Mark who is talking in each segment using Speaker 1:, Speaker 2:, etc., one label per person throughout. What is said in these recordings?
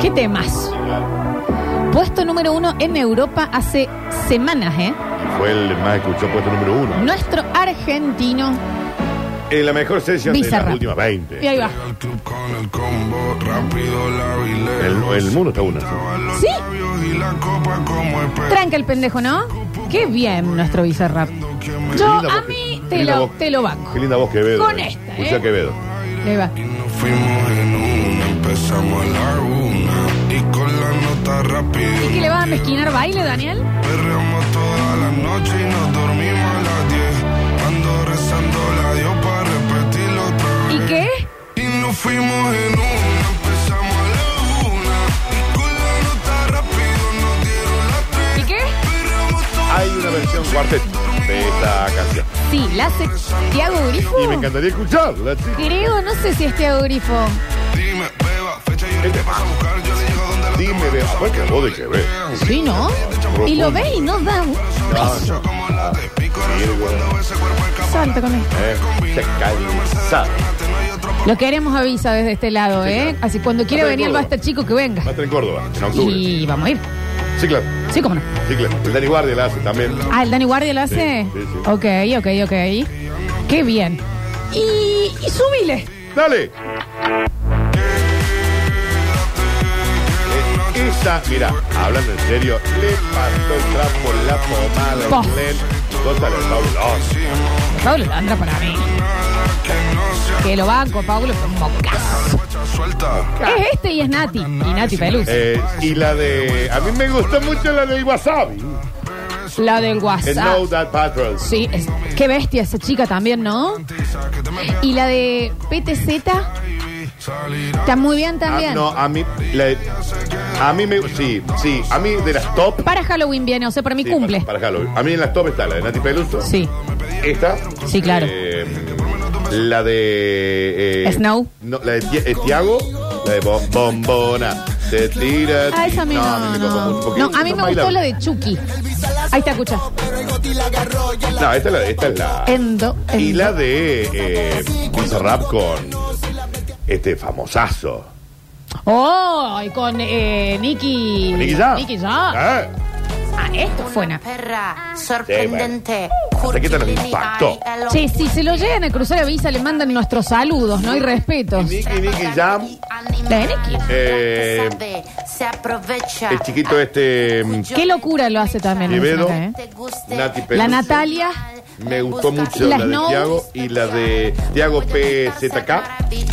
Speaker 1: ¿Qué temas? Puesto número uno en Europa hace semanas, ¿eh?
Speaker 2: Fue el más escuchado, puesto número uno.
Speaker 1: Nuestro argentino.
Speaker 2: Eh, la mejor sesión de
Speaker 1: Bizarrap.
Speaker 2: las últimas
Speaker 1: Y
Speaker 2: 20.
Speaker 1: ahí va.
Speaker 3: Al club con el combo, rápido la vilera.
Speaker 2: El, el mundo está una.
Speaker 1: Sí.
Speaker 3: Labios y la copa como espejo.
Speaker 1: Tranca el pendejo, ¿no? Qué bien nuestro Bizarrap.
Speaker 3: Que me
Speaker 1: Yo
Speaker 2: linda
Speaker 1: a
Speaker 2: voz que-
Speaker 1: mí
Speaker 2: qué
Speaker 1: te
Speaker 2: linda
Speaker 1: lo,
Speaker 2: voz.
Speaker 1: te lo banco.
Speaker 2: Qué linda voz Quevedo.
Speaker 1: Con
Speaker 2: eh.
Speaker 1: esta, ¿eh?
Speaker 2: Escuchá Quevedo.
Speaker 1: Ahí va.
Speaker 3: Y nos fuimos en una, empezamos a la una. Y con la nota rápida.
Speaker 1: ¿Y que le vas a mezquinar baile, Daniel?
Speaker 3: Perreamos toda la noche y nos dormimos a las 10. Ando rezando la Dios para repetirlo otra
Speaker 1: ¿Y
Speaker 3: vez.
Speaker 1: qué?
Speaker 3: Y nos fuimos en una, empezamos a la una. Y con la nota rápido nos dieron las tres.
Speaker 1: ¿Y qué?
Speaker 3: Perreamos toda
Speaker 2: Hay una versión cuarteto de esta canción.
Speaker 1: Sí, la hace Tiago Grifo.
Speaker 2: Y me encantaría escucharla, chico.
Speaker 1: Creo, no sé si es Tiago Grifo.
Speaker 3: Dime, beba, fecha y hora
Speaker 2: Este-
Speaker 3: te vas a buscar. Yo le llego donde la
Speaker 2: Dime, ve, aparte la voz de Quevedo.
Speaker 1: Sí, ¿no? Y lo ve y no da un
Speaker 2: Ah,
Speaker 1: beso.
Speaker 3: Yo como la de pico, cuando ese cuerpo escapa.
Speaker 1: Salta con esto.
Speaker 2: Eh, se calza.
Speaker 3: No hay otro
Speaker 1: Lo queremos avisar desde este lado, ¿eh? Así cuando quiera
Speaker 2: Está de
Speaker 1: venir va
Speaker 2: acuerdo.
Speaker 1: a estar chico que venga.
Speaker 2: Va a estar en Córdoba, en octubre.
Speaker 1: Y vamos a ir.
Speaker 2: Sí, claro.
Speaker 1: Sí, cómo no.
Speaker 2: Sí, claro. El Dani Guardia la hace también.
Speaker 1: Ah, el Dani Guardia lo hace.
Speaker 2: sí, sí.
Speaker 1: Ok, ok, ok. Qué bien. Y, y súbile.
Speaker 2: ¡Dale! Eh, Esa, mira, hablando en serio, le pasó el trapo, la pomada,
Speaker 1: Po.
Speaker 2: el Glenn, cosa de fabulosa.
Speaker 1: Pablo Landra para mí. Que lo banco, Pablo, fue un bocazo.
Speaker 3: muchacho suelta.
Speaker 1: Es este y es Nati. Y Nati Pelus.
Speaker 2: Eh, y la de. A mí me gustó mucho la del Wasabi.
Speaker 1: La del
Speaker 2: El
Speaker 1: WhatsApp.
Speaker 2: Know That Patrol.
Speaker 1: Sí, es- qué bestia esa chica también, ¿no? Y la de PTZ está muy bien
Speaker 2: Ah,
Speaker 1: también.
Speaker 2: no, a mí. la- a mí me. Sí, sí. A mí de las top.
Speaker 1: Para Halloween viene, o sea, para mi
Speaker 2: sí,
Speaker 1: cumple.
Speaker 2: Para, para Halloween. A mí en las top está la de Nati Peluso.
Speaker 1: Sí.
Speaker 2: Esta.
Speaker 1: Sí, claro.
Speaker 2: Eh, la de. eh,
Speaker 1: Snow.
Speaker 2: No, la de Ti- eh, Tiago. La de Bom- Bombona. Te tira.
Speaker 1: Ah, esa a mí
Speaker 2: No,
Speaker 1: no,
Speaker 2: a mí me
Speaker 1: no,
Speaker 2: copa
Speaker 1: no.
Speaker 2: mucho, porque
Speaker 1: No, a mí
Speaker 2: son
Speaker 1: me gustó
Speaker 2: bailables.
Speaker 1: la de Chucky. Ahí está, escucha.
Speaker 2: No, esta es la. Esta es la
Speaker 1: Endo, endo.
Speaker 2: y la de. Eh, Bizarrap con. Este famosazo.
Speaker 1: Oh, y con eh, Nicky.
Speaker 2: Nicky Jam.
Speaker 1: Nicky Jam.
Speaker 2: Ah,
Speaker 1: Ah, esto fue una.
Speaker 4: Perra, sorprendente.
Speaker 2: Hasta aquí tenemos un pacto.
Speaker 1: Che, si se lo llegan a cruzar avisa, le mandan nuestros saludos, ¿no? Y respetos.
Speaker 2: Nicky, Nicky Jam.
Speaker 1: La de Nicky.
Speaker 2: Eh,
Speaker 4: se aprovecha.
Speaker 2: El chiquito este. mm,
Speaker 1: Qué locura lo hace también.
Speaker 2: Quevedo.
Speaker 1: acá, ¿eh?
Speaker 4: Te guste.
Speaker 2: Nati
Speaker 1: La
Speaker 2: Peluso.
Speaker 1: Natalia.
Speaker 2: Me gustó mucho
Speaker 1: Las
Speaker 2: la de
Speaker 1: Snow.
Speaker 2: Tiago y la de Tiago PZK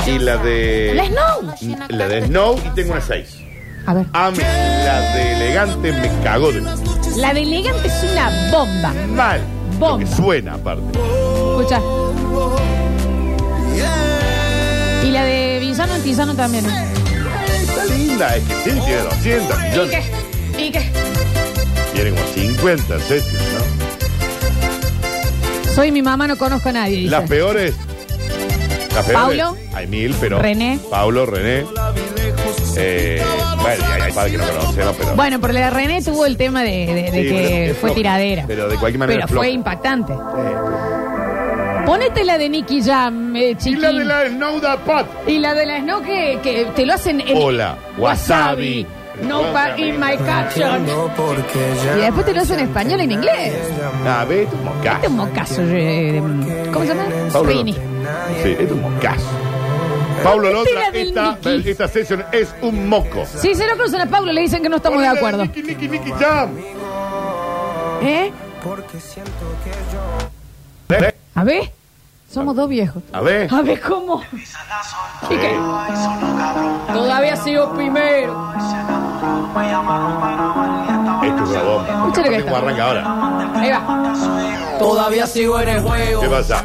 Speaker 2: y la de.
Speaker 1: La Snow.
Speaker 2: La de Snow y tengo una 6.
Speaker 1: A ver.
Speaker 2: A mí la de elegante me cagó de
Speaker 1: La de elegante es una bomba.
Speaker 2: mal.
Speaker 1: Bomba.
Speaker 2: Lo que suena aparte.
Speaker 1: Escucha. Y la de Villano Antillano también.
Speaker 2: Está linda, es que sí, tiene 200
Speaker 1: ¿Y
Speaker 2: millones.
Speaker 1: qué? ¿Y qué?
Speaker 2: Tiene como 50, Ceci, ¿no?
Speaker 1: Soy mi mamá, no conozco a nadie. dice.
Speaker 2: Las peores. Las peores.
Speaker 1: Paulo.
Speaker 2: Hay mil, pero.
Speaker 1: René.
Speaker 2: Pablo, René. Eh, bueno, hay, hay par que no conocemos, pero.
Speaker 1: Bueno, pero la de René tuvo el tema de, de- de
Speaker 2: Sí,
Speaker 1: que
Speaker 2: pero es
Speaker 1: fue
Speaker 2: floja.
Speaker 1: tiradera.
Speaker 2: Pero de cualquier manera
Speaker 1: Pero
Speaker 2: es floja.
Speaker 1: fue impactante.
Speaker 2: Eh,
Speaker 1: Ponete la de Nicky Jam, eh,
Speaker 2: y
Speaker 1: chiquín.
Speaker 2: la de la Snow That Pat.
Speaker 1: Y la de la Snow que, que te lo hacen en.
Speaker 2: Hola, wasabi.
Speaker 1: No pa in my caption.
Speaker 3: No porque ya.
Speaker 1: Y después te lo hacen en español y en inglés.
Speaker 2: Ah, ve, esto es un
Speaker 1: Este es
Speaker 2: mocazo.
Speaker 1: un mocazo. eh, de- ¿Cómo se llama?
Speaker 2: Pablo
Speaker 1: Rini.
Speaker 2: Londra. Sí, esto es un mocazo. Pablo
Speaker 1: ¿Dónde
Speaker 2: Londra,
Speaker 1: está la
Speaker 2: esta,
Speaker 1: del Nicky?
Speaker 2: esta sesión es un moco.
Speaker 1: Si se lo cruzan a Pablo, le dicen que no estamos de
Speaker 2: Hola,
Speaker 1: acuerdo.
Speaker 2: Nicky, Nicky, Nicky Jam.
Speaker 1: ¿Eh?
Speaker 3: Porque siento que yo.
Speaker 2: Ve,
Speaker 1: A ver. Somos dos viejos.
Speaker 2: A ver.
Speaker 1: A ver cómo. ¿Y qué? Todavía sigo primero.
Speaker 2: Esto es una bomba.
Speaker 1: Escucha lo que
Speaker 2: ¿Cómo
Speaker 1: está.
Speaker 2: arranca ahora?
Speaker 1: Ahí va.
Speaker 5: Todavía sigo en el juego.
Speaker 2: ¿Qué pasa?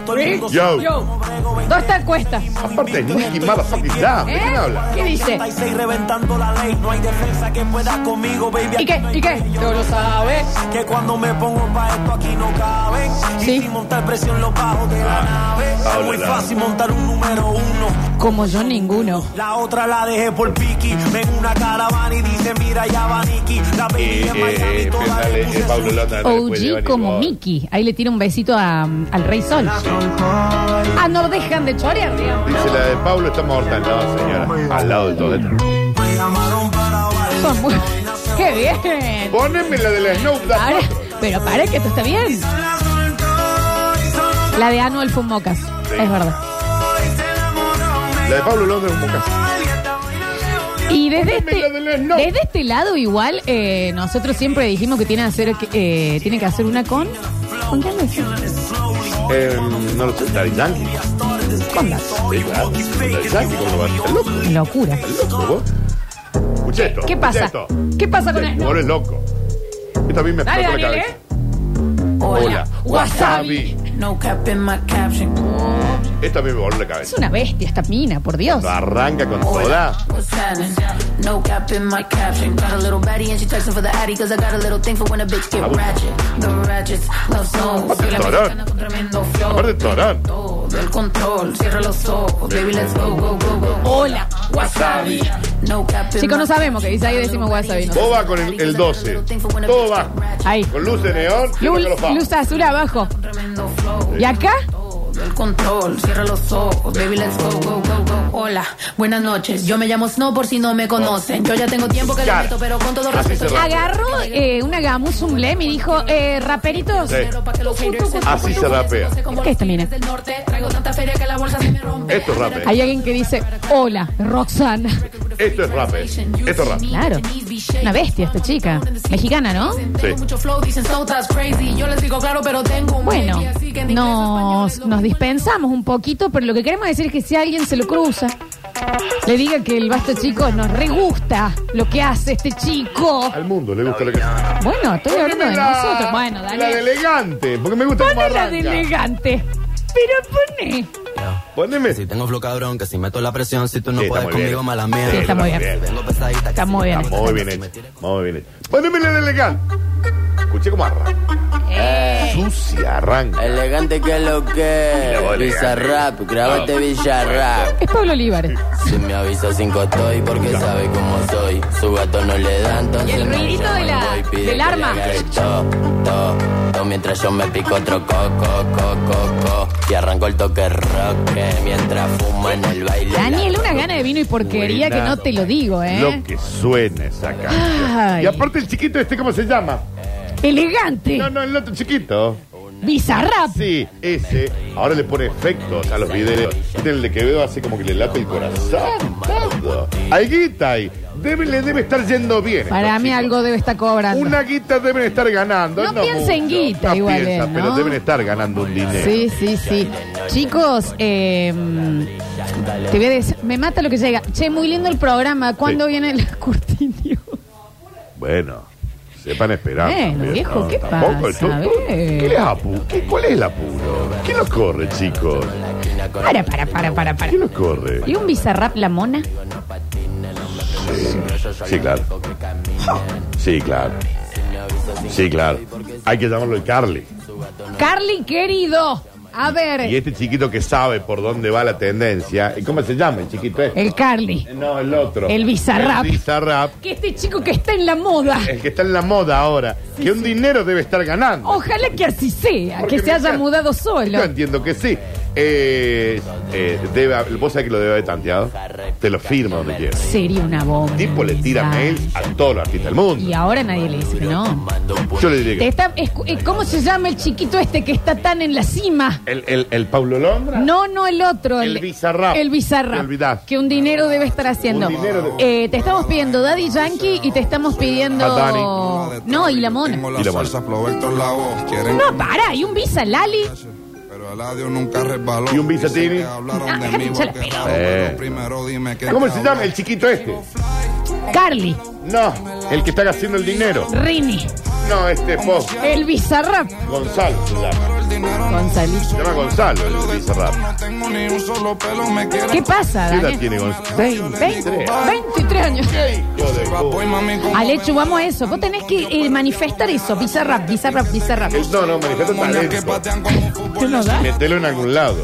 Speaker 2: Yo.
Speaker 1: Yo. ¿Dónde está Cuesta?
Speaker 2: Aparte es Nicky Motherfucking Jam. ¿De quién
Speaker 1: ¿Eh?
Speaker 2: habla?
Speaker 1: ¿Qué dice?
Speaker 5: 36 reventando la ley. No hay defensa que pueda conmigo, baby.
Speaker 1: ¿Y qué? ¿Y qué? Tú lo sabes.
Speaker 5: Que cuando me pongo pa' esto aquí no caben.
Speaker 1: Sí.
Speaker 5: Y sin montar presión los bajos de la nave.
Speaker 2: Pablo
Speaker 5: Muy
Speaker 2: Larra.
Speaker 5: fácil montar un número uno.
Speaker 1: Como yo ninguno.
Speaker 5: La otra la dejé por Piki. Ven una caravana y dice, mira, ya va Nicky. La baby
Speaker 2: Eh,
Speaker 5: en
Speaker 2: eh,
Speaker 5: Miami
Speaker 2: eh,
Speaker 5: toda
Speaker 2: dale,
Speaker 5: le
Speaker 2: eh,
Speaker 5: puse
Speaker 2: Pablo
Speaker 5: su-
Speaker 2: Londra, no le puede llevar
Speaker 1: OG
Speaker 2: ni
Speaker 1: como
Speaker 2: vos.
Speaker 1: Mickey. Ahí le tira un besito a- al Rey Sol. Ah, no dejan de chorear, digamos.
Speaker 2: Dice la de Pablo está morta al lado, señora. Al lado del todo.
Speaker 1: Son muy- ¡Qué bien!
Speaker 2: Póneme la de la Snoop Dogg
Speaker 1: Ahora-
Speaker 2: 4.
Speaker 1: pero para que esto está bien. La de Anuel fue un mocas. Es verdad.
Speaker 2: La de Pablo Londres un poco.
Speaker 1: Y desde este,
Speaker 2: Pónmela del Snoop.
Speaker 1: desde este lado igual, eh, nosotros siempre dijimos que tiene que hacer, eh, tiene que hacer una con... ¿Con qué andas?
Speaker 2: Eh, no lo sé, Daddy Yankee.
Speaker 1: Con Daddy.
Speaker 2: Sí, claro. Daddy Yankee, ¿cómo lo va a hacer? loco?
Speaker 1: Locura.
Speaker 2: ¿Estás loco vos? Escuché esto.
Speaker 1: ¿Qué pasa?
Speaker 2: escuché esto.
Speaker 1: ¿Qué pasa con
Speaker 2: Este
Speaker 1: el-
Speaker 2: jugador es loco. Esto a mí me
Speaker 1: Dale,
Speaker 2: explotó la
Speaker 1: Daniel, ¿eh?
Speaker 2: cabeza. Hola, wasabi.
Speaker 4: No cap in my caption.
Speaker 2: Esto a mí me voló la
Speaker 1: Es
Speaker 2: cabeza.
Speaker 1: una bestia esta mina, por Dios.
Speaker 2: Lo arranca con toda.
Speaker 4: What's happening? No cap in my caption. Got a little baddie and she texting for the addy. Cause I got a little thing for when a bitch get
Speaker 2: Abu.
Speaker 4: ratchet. The ratchets love songs. Soy la
Speaker 2: Torón.
Speaker 4: mexicana con tremendo flow.
Speaker 2: Aparte, Torón.
Speaker 4: Todo el control. Cierra los ojos. Baby, let's go, go, go, go.
Speaker 1: Hola.
Speaker 4: Wasabi. No cap in
Speaker 1: Chicos, no
Speaker 4: my
Speaker 1: sabemos qué dice ahí, decimos wasabi. ¿no?
Speaker 2: Vos va con el, el 12. Todo va.
Speaker 1: Ahí.
Speaker 2: Con luz de neón. y
Speaker 1: Luz,
Speaker 2: toca los bajos.
Speaker 1: luz azul abajo.
Speaker 4: Tremendo flow.
Speaker 1: ¿Y acá?
Speaker 4: todo el control. Cierra los ojos, baby, let's go, go, go, go. Hola, buenas noches. Yo me llamo Snow por si no me conocen. Yo ya tengo tiempo que le
Speaker 2: Cara.
Speaker 4: meto, pero con todo
Speaker 2: Así
Speaker 4: respeto.
Speaker 2: se rap.
Speaker 1: Agarró eh, una gamus, un blem y dijo, eh, raperitos.
Speaker 2: Sí.
Speaker 4: Pero pa' que los haters se-
Speaker 2: Así se rapea.
Speaker 1: ¿Qué es este esta mina?
Speaker 4: Del norte, traigo tanta feria que la bolsa se me rompe.
Speaker 2: Esto es rap.
Speaker 1: Hay alguien que dice, hola, Roxana.
Speaker 2: Esto es rap. eh. Esto es rap.
Speaker 1: Claro. Una bestia esta chica. Mexicana, ¿no?
Speaker 2: Sí.
Speaker 4: Tengo mucho flow, dicen "So, that's crazy. Yo les digo claro, pero tengo un
Speaker 1: Bueno,
Speaker 4: baby, así que en inglés, español
Speaker 1: nos,
Speaker 4: es lo
Speaker 1: nos
Speaker 4: mismo.
Speaker 1: dispensamos un poquito, pero lo que queremos decir es que si alguien se lo cruza, le diga que el basta chico nos re gusta lo que hace este chico.
Speaker 2: Al mundo le gusta la que.
Speaker 1: Bueno, estoy hablando de
Speaker 2: Poneme la-
Speaker 1: nosotros. Bueno,
Speaker 2: La de
Speaker 1: dale.
Speaker 2: elegante. Porque me gusta cómo
Speaker 1: Poné la de
Speaker 2: arranca.
Speaker 1: elegante. Pero pone.
Speaker 2: Poneme.
Speaker 6: Si tengo flow cabrón, que si meto la presión, si tú no
Speaker 2: Sí, está
Speaker 6: puedes
Speaker 2: muy bien.
Speaker 6: conmigo, mala mía.
Speaker 1: Sí, está muy bien.
Speaker 6: Vengo pesadita.
Speaker 1: Está muy bien.
Speaker 2: Muy bien hecho. Muy bien hecho. Poneme la de elegante. Escuché cómo arranca.
Speaker 1: Eh.
Speaker 2: Sucia arranca.
Speaker 7: Elegante que lo que
Speaker 2: Mira vos,
Speaker 7: Bizarrap,
Speaker 2: elegante.
Speaker 7: grabate
Speaker 2: No.
Speaker 7: Villarrap
Speaker 1: Es Pablo Olivares.
Speaker 7: Si me avisa cinco estoy porque sabe cómo soy Su gato no le da entonces
Speaker 1: Y el
Speaker 7: no
Speaker 1: ruidito
Speaker 7: llama
Speaker 1: de la-
Speaker 7: y voy, pide
Speaker 1: del
Speaker 7: que le
Speaker 1: arma.
Speaker 7: haga el to, to, to, Mientras yo me pico otro coco, coco, coco Y arranco el toque roque mientras fuma en el baile
Speaker 1: Daniel, una gana de vino y porquería que no te lo digo, ¿eh?
Speaker 2: Lo que suena esa canción.
Speaker 1: Ay.
Speaker 2: Y aparte el chiquito este, ¿cómo se llama?
Speaker 1: Elegante.
Speaker 2: No, no, el otro chiquito.
Speaker 1: Bizarrap.
Speaker 2: Sí, ese. Ahora le pone efectos a los videos. Viste El de Quevedo hace como que le late el corazón. Todo. Hay guita ahí. Debe, le debe estar yendo bien.
Speaker 1: Para
Speaker 2: estos
Speaker 1: mí
Speaker 2: chicos.
Speaker 1: algo debe estar cobrando.
Speaker 2: Una guita deben estar ganando.
Speaker 1: No
Speaker 2: No,
Speaker 1: piensa en
Speaker 2: mucho.
Speaker 1: guita
Speaker 2: No
Speaker 1: igual, ¿eh?
Speaker 2: piensa,
Speaker 1: ¿no?
Speaker 2: pero deben estar ganando un dinero.
Speaker 1: Sí, sí, sí. Chicos, eh, te voy a decir, me mata lo que llega. Che, muy lindo el programa. ¿Cuándo
Speaker 2: Sí.
Speaker 1: viene el cortinio?
Speaker 2: Bueno, sepan esperar.
Speaker 1: Bueno,
Speaker 2: también,
Speaker 1: viejo, ¿qué
Speaker 2: Tampoco el
Speaker 1: pasa? A
Speaker 2: tu-
Speaker 1: ver.
Speaker 2: ¿Qué les apu- qué- ¿Cuál es el apuro? ¿Quién los corre, chicos?
Speaker 1: Para, para, para, para, para.
Speaker 2: ¿Quién los corre?
Speaker 1: ¿Y un bizarrap la mona?
Speaker 2: Sí, claro. Sí, claro. Sí, claro. Hay que llamarlo el Carly.
Speaker 1: Carly, querido. A
Speaker 2: Y
Speaker 1: ver,
Speaker 2: este chiquito que sabe por dónde va la tendencia. ¿y ¿Cómo se llama el chiquito este?
Speaker 1: el Carly.
Speaker 2: No, el otro.
Speaker 1: El Bizarrap.
Speaker 2: El Bizarrap.
Speaker 1: Que este chico que está en la moda.
Speaker 2: El que está en la moda ahora. que un dinero debe estar ganando.
Speaker 1: Ojalá que así sea,
Speaker 2: Porque
Speaker 1: que se
Speaker 2: me
Speaker 1: haya
Speaker 2: encanta.
Speaker 1: mudado solo.
Speaker 2: Yo entiendo que sí. Eh, eh, debe, hab- ¿Vos sabés que lo debe haber tanteado? Te lo firma donde quiera.
Speaker 1: Sería una bomba.
Speaker 2: tipo le tira
Speaker 1: Ay.
Speaker 2: mails a todos los artistas del mundo.
Speaker 1: Y ahora nadie le dice que no.
Speaker 2: Yo le diría
Speaker 1: Te
Speaker 2: que
Speaker 1: está- escu- eh, ¿Cómo se llama el chiquito este que está tan en la cima?
Speaker 2: el, el, el Pablo Londra.
Speaker 1: No, no el otro.
Speaker 2: El Bizarrap.
Speaker 1: El
Speaker 2: Te olvidás.
Speaker 1: bizarrap. Que un dinero debe estar haciendo.
Speaker 2: Un dinero de-
Speaker 1: Eh, te estamos pidiendo Daddy Yankee y te estamos pidiendo.
Speaker 2: Bad
Speaker 1: No, y la mona.
Speaker 3: Tengo
Speaker 1: No,
Speaker 3: la
Speaker 2: Y la
Speaker 3: salsa, Flo Vector, la voz. Quieren
Speaker 1: para, y un visa Lali.
Speaker 3: Pero el adiós nunca resbaló.
Speaker 2: ¿Y un bizatini?
Speaker 3: Dicen que hablaron
Speaker 1: Ah,
Speaker 3: de
Speaker 1: déjame
Speaker 3: mí,
Speaker 1: hinchar la
Speaker 3: porque
Speaker 1: pelota.
Speaker 3: ahora, pero
Speaker 2: Eh.
Speaker 3: primero dime que
Speaker 2: ¿Cómo
Speaker 3: te
Speaker 2: se llama
Speaker 3: hablo.
Speaker 2: el chiquito este?
Speaker 1: Carly,
Speaker 2: No, el que está haciendo el dinero.
Speaker 1: Rini,
Speaker 2: No, este es vos.
Speaker 1: el bizarrap.
Speaker 2: Gonzalo se llama. Se
Speaker 1: Gonzalito.
Speaker 2: llama Gonzalo, el de Bizarrap.
Speaker 3: No tengo ni un solo pelo, me quieren.
Speaker 1: ¿Qué pasa,
Speaker 2: ¿Qué edad
Speaker 1: Daniel?
Speaker 2: tiene Gonzalo?
Speaker 1: 23 años.
Speaker 2: Hijo de puta.
Speaker 3: Papo y mami, ¿cómo
Speaker 1: Alechu, vamos a eso. Vos tenés que eh, manifestar eso. Bizarrap, bizarrap, bizarrap.
Speaker 2: El- No, no, manifestó
Speaker 3: Moñas que
Speaker 2: talento.
Speaker 3: patean como fútbol.
Speaker 1: ¿Qué nos da?
Speaker 2: Mételo en algún lado.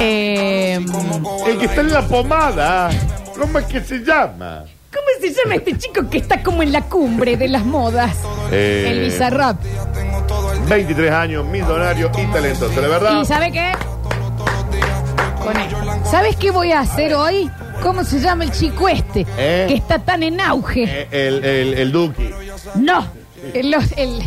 Speaker 1: Eh, ¿Cómo
Speaker 2: El que está en la pomada. ¿Cómo es que se llama?
Speaker 1: se llama este chico que está como en la cumbre de las modas?
Speaker 2: Eh,
Speaker 1: El bizarrap.
Speaker 2: 23 años, millonario y Ah. talentoso. La verdad,
Speaker 1: ¿Y sabe qué? Con él. ¿Sabes qué voy a hacer hoy? ¿Cómo se llama el chico este?
Speaker 2: ¿Eh?
Speaker 1: Que está tan en auge.
Speaker 2: Eh, El, el, el Duki.
Speaker 1: No. El, los- el-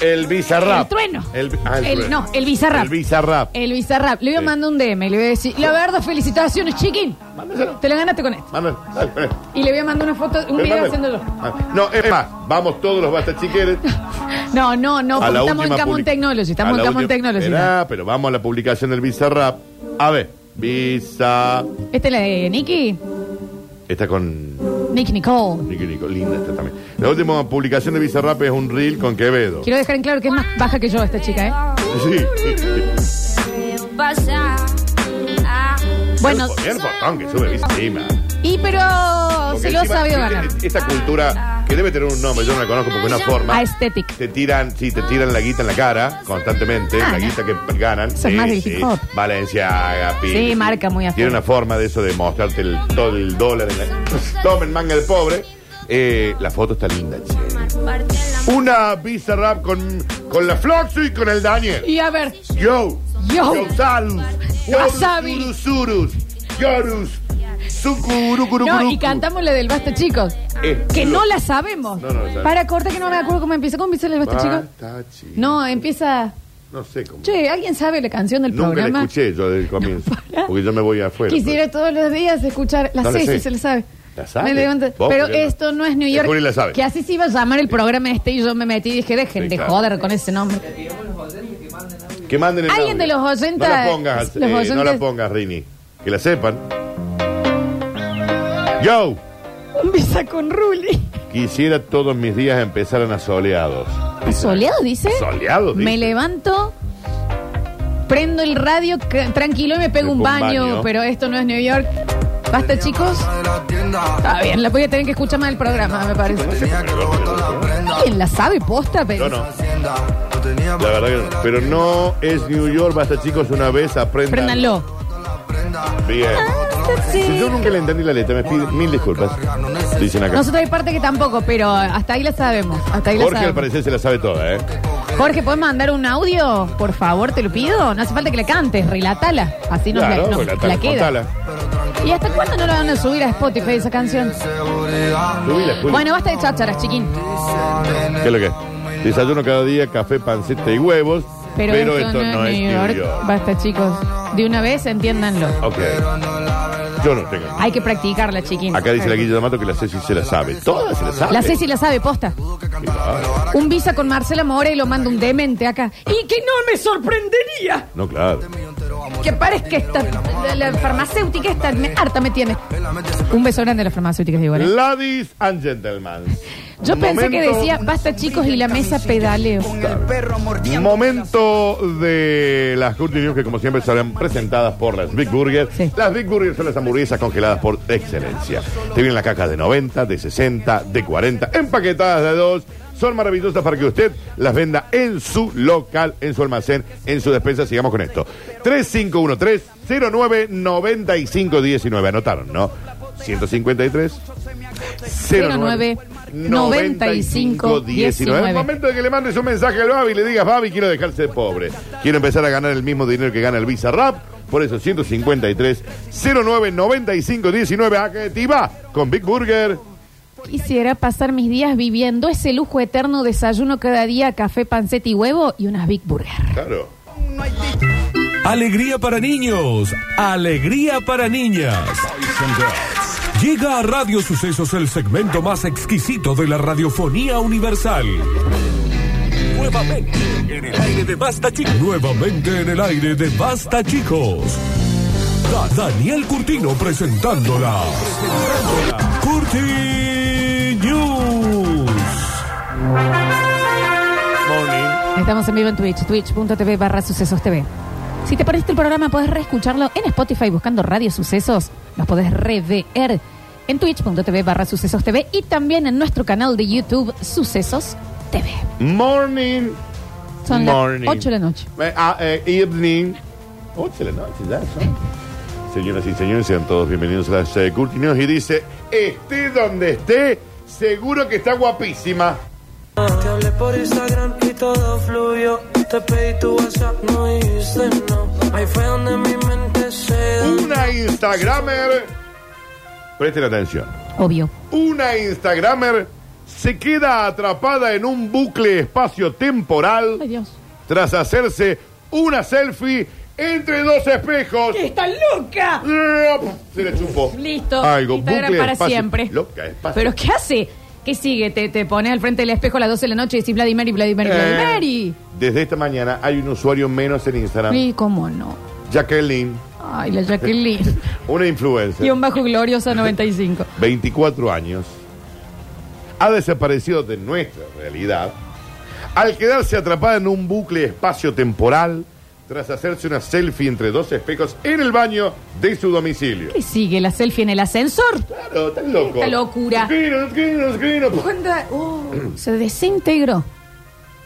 Speaker 2: El Bizarrap.
Speaker 1: El trueno.
Speaker 2: El, ah, el
Speaker 1: El-
Speaker 2: trueno.
Speaker 1: no, el Bizarrap. Eh.
Speaker 2: El Bizarrap.
Speaker 1: el Bizarrap. Le voy a
Speaker 2: Sí.
Speaker 1: mandar un DM. Le voy a decir, la verdad, felicitaciones, chiquín.
Speaker 2: Mándaselo.
Speaker 1: Te la ganaste con esto.
Speaker 2: Manuel, dale, ven.
Speaker 1: Y le voy a mandar una foto, un
Speaker 2: Ven,
Speaker 1: video
Speaker 2: Manuel.
Speaker 1: haciéndolo.
Speaker 2: Ah, No, es más, vamos todos los bastachiqueres.
Speaker 1: No, no, no,
Speaker 2: a
Speaker 1: porque
Speaker 2: la
Speaker 1: estamos en
Speaker 2: última
Speaker 1: Camon
Speaker 2: public-
Speaker 1: Technology.
Speaker 2: a
Speaker 1: Estamos
Speaker 2: la
Speaker 1: en Camon
Speaker 2: última-
Speaker 1: Technology.
Speaker 2: Esperá, pero vamos a la publicación del Bizarrap. A ver, Visa.
Speaker 1: Esta es la de Nicky.
Speaker 2: Está con
Speaker 1: Nick Nicole.
Speaker 2: Nico Nico, linda esta también. La última publicación de Bizarrap es un reel con Quevedo.
Speaker 1: Quiero dejar en claro que es más baja que yo esta chica, ¿eh?
Speaker 2: Sí, sí, sí.
Speaker 1: Bueno,
Speaker 2: Bien, botón que sube Visa encima.
Speaker 1: y pero
Speaker 2: Porque
Speaker 1: se lo ha
Speaker 2: encima,
Speaker 1: sabido
Speaker 2: viste,
Speaker 1: ganar.
Speaker 2: Esta cultura, que debe tener un nombre, yo no la conozco porque no es forma.
Speaker 1: Ah, Aesthetic.
Speaker 2: Te tiran, sí, te tiran la guita en la cara constantemente,
Speaker 1: Ah,
Speaker 2: la
Speaker 1: no.
Speaker 2: guita que ganan.
Speaker 1: Eso es
Speaker 2: Sí,
Speaker 1: más del
Speaker 2: sí.
Speaker 1: hip hop.
Speaker 2: Valenciaga, Pili,
Speaker 1: Sí, marca muy a
Speaker 2: Tiene
Speaker 1: fondo.
Speaker 2: una forma de eso de mostrarte el, todo el dólar en la... Tomen manga de pobre. Eh, la foto está linda, che. Una visa rap con, con la Floxu y con el Daniel.
Speaker 1: Y a ver,
Speaker 2: Yo.
Speaker 1: Yo.
Speaker 2: Salus.
Speaker 1: Wasabi.
Speaker 2: Yorus, Urusurus. Yorus.
Speaker 1: no,
Speaker 2: Sucurucurucurucu.
Speaker 1: y cantamos la del basta, chicos.
Speaker 2: Eh,
Speaker 1: Que
Speaker 2: no.
Speaker 1: no la sabemos.
Speaker 2: No, no la sabemos.
Speaker 1: Para corta que no me acuerdo cómo empieza. ¿Cómo empieza el basta, chicos?
Speaker 2: Basta, chico.
Speaker 1: No, empieza.
Speaker 2: No sé cómo.
Speaker 1: Che, ¿alguien sabe la canción del
Speaker 2: Nunca la
Speaker 1: programa?
Speaker 2: escuché yo desde el comienzo. porque yo me voy afuera.
Speaker 1: Quisiera todos los días escuchar la
Speaker 2: No la
Speaker 1: Ceci,
Speaker 2: sé.
Speaker 1: se la sabe.
Speaker 2: ¿La sabe?
Speaker 1: Me levanto-
Speaker 2: Vos,
Speaker 1: Pero
Speaker 2: Juliana.
Speaker 1: esto no es New
Speaker 2: Eh,
Speaker 1: York.
Speaker 2: Juli la sabe.
Speaker 1: Que así se iba a llamar el programa este y yo me metí y dije, dejen
Speaker 2: Sí,
Speaker 1: de
Speaker 2: claro.
Speaker 1: joder con ese nombre.
Speaker 2: pero- Que manden el
Speaker 1: Alguien
Speaker 2: audio.
Speaker 1: de los 80,
Speaker 2: No la pongas,
Speaker 1: los
Speaker 2: eh,
Speaker 1: 80.
Speaker 2: no la pongas, Rini. Que la sepan. Yo,
Speaker 1: Un visa con Ruli.
Speaker 2: quisiera todos mis días empezaran a soleados.
Speaker 1: ¿Soleado dice?
Speaker 2: Soleado, dice.
Speaker 1: Me levanto, prendo el radio ca- tranquilo y me pego
Speaker 2: Me
Speaker 1: un
Speaker 2: pongo un
Speaker 1: baño,
Speaker 2: baño.
Speaker 1: pero esto no es New York. Basta, chicos.
Speaker 3: de la tienda.
Speaker 1: Está bien, la voy a tener que escuchar más el programa, me parece.
Speaker 3: Tenía que botar la prenda.
Speaker 1: ¿Alguien la sabe posta? Pero
Speaker 2: Yo no.
Speaker 3: Hacienda. No tenía
Speaker 2: La verdad que no. Pero no es New York, basta chicos, una vez aprendan.
Speaker 1: Préndanlo.
Speaker 2: Bien.
Speaker 1: Ah.
Speaker 2: Si yo nunca le entendí la letra, me pido mil disculpas. Dicen acá.
Speaker 1: Nosotros hay parte que tampoco, pero hasta ahí la sabemos. Hasta ahí la
Speaker 2: Jorge al
Speaker 1: sabemos.
Speaker 2: parecer se la sabe toda, ¿eh?
Speaker 1: Jorge, ¿puedes mandar un audio? Por favor, te lo pido. No hace falta que la cantes, relatala. Así nos la, nos-
Speaker 2: pues
Speaker 1: la queda.
Speaker 2: contala.
Speaker 1: ¿Y hasta cuándo no la van a subir a Spotify esa canción?
Speaker 2: Subila, Juli.
Speaker 1: Bueno, basta de chácharas, chiquín.
Speaker 2: ¿Qué es lo que es? Desayuno cada día, café, panceta y huevos. Pero,
Speaker 1: Pero,
Speaker 2: esto no, es New York.
Speaker 1: Basta, chicos. De una vez, entiéndanlo.
Speaker 2: Ok. Yo no tengo.
Speaker 1: Hay que practicarla, chiquín.
Speaker 2: Acá dice la Guilla D'Amato que la Ceci se la sabe. Todas se la sabe.
Speaker 1: La Ceci la sabe, posta. Un visa con Marcela More y lo manda un demente acá. Y que no me sorprendería
Speaker 2: No, claro.
Speaker 1: que parezca esta. La, la farmacéutica esta me- harta me tiene. Un beso grande a las farmacéuticas igual. ¿eh?
Speaker 2: Ladies and gentlemen.
Speaker 1: Yo pensé que
Speaker 2: Momento-
Speaker 1: decía basta, chicos, y la mesa pedaleo.
Speaker 2: Momento de las Good News que como siempre serán presentadas por las Big Burgers.
Speaker 1: Sí.
Speaker 2: Las Big Burgers son las hamburguesas congeladas por excelencia. Te vienen las cajas de 90, de 60, de 40, empaquetadas de 2. Son maravillosas para que usted las venda en su local, en su almacén, en su despensa. Sigamos con esto. 3513-099519. Anotaron, ¿no? 153.
Speaker 1: 09 95 19.
Speaker 2: Momento de que le mandes un mensaje al Babi y le digas, Babi, quiero dejarse de pobre. Quiero empezar a ganar el mismo dinero que gana el Visa Rap. Por eso, 153 09 95 19. Activa con Big Burger.
Speaker 1: Quisiera pasar mis días viviendo ese lujo eterno desayuno cada día, café, panceta y huevo y unas Big Burger.
Speaker 2: Claro.
Speaker 8: Alegría para niños, alegría para niñas. Llega a Radio Sucesos el segmento más exquisito de la radiofonía universal. Nuevamente en el aire de Basta Chicos. Nuevamente en el aire de Basta Chicos. Da- Daniel Curtino presentándola. Curti News.
Speaker 2: Morning.
Speaker 1: Estamos en vivo en Twitch, twitch.tv barra sucesos TV. Si te perdiste el programa, podés reescucharlo en Spotify buscando Radio Sucesos. Nos podés rever en twitch.tv barra sucesos TV y también en nuestro canal de YouTube Sucesos TV.
Speaker 2: Morning.
Speaker 1: Son
Speaker 2: Morning.
Speaker 1: las 8 de la noche.
Speaker 2: Eh, ah, eh, evening. 8 de la noche, ya son. Señoras y señores, sean todos bienvenidos a las eh, Curti News. Y dice: Esté donde esté, seguro que está guapísima.
Speaker 9: Te hablé por Instagram y todo fluyó. Te pedí tu WhatsApp, no dijiste no. Ahí fue donde mi mente se.
Speaker 2: Una Instagramer Presten atención.
Speaker 1: Obvio.
Speaker 2: Una Instagramer se queda atrapada en un bucle
Speaker 1: Ay,
Speaker 2: espacio-temporal
Speaker 1: Dios.
Speaker 2: tras hacerse una selfie entre dos espejos.
Speaker 1: ¡Está loca!
Speaker 2: Se le chupó.
Speaker 1: Listo.
Speaker 2: Algo.
Speaker 1: Instagram
Speaker 2: bucle,
Speaker 1: para
Speaker 2: espacio.
Speaker 1: siempre.
Speaker 2: Loca, espacio.
Speaker 1: ¿Pero qué hace? ¿Qué sigue? Te, te pones al frente del espejo a las 12 de la noche y decís Vladimir y Vladimir y
Speaker 2: Eh,
Speaker 1: Vladimir y...
Speaker 2: Desde esta mañana hay un usuario menos en Instagram.
Speaker 1: Y cómo no.
Speaker 2: Jacqueline,
Speaker 1: Ay, la Jacqueline.
Speaker 2: una influencer.
Speaker 1: Guión bajo gloriosa 95.
Speaker 2: 24 años, ha desaparecido de nuestra realidad al quedarse atrapada en un bucle espacio-temporal tras hacerse una selfie entre dos espejos en el baño de su domicilio.
Speaker 1: ¿Qué sigue? ¿La selfie en el ascensor?
Speaker 2: Claro, estás loco.
Speaker 1: Esta locura.
Speaker 2: Escribino, escribino, escribino.
Speaker 1: Onda, oh, se desintegró.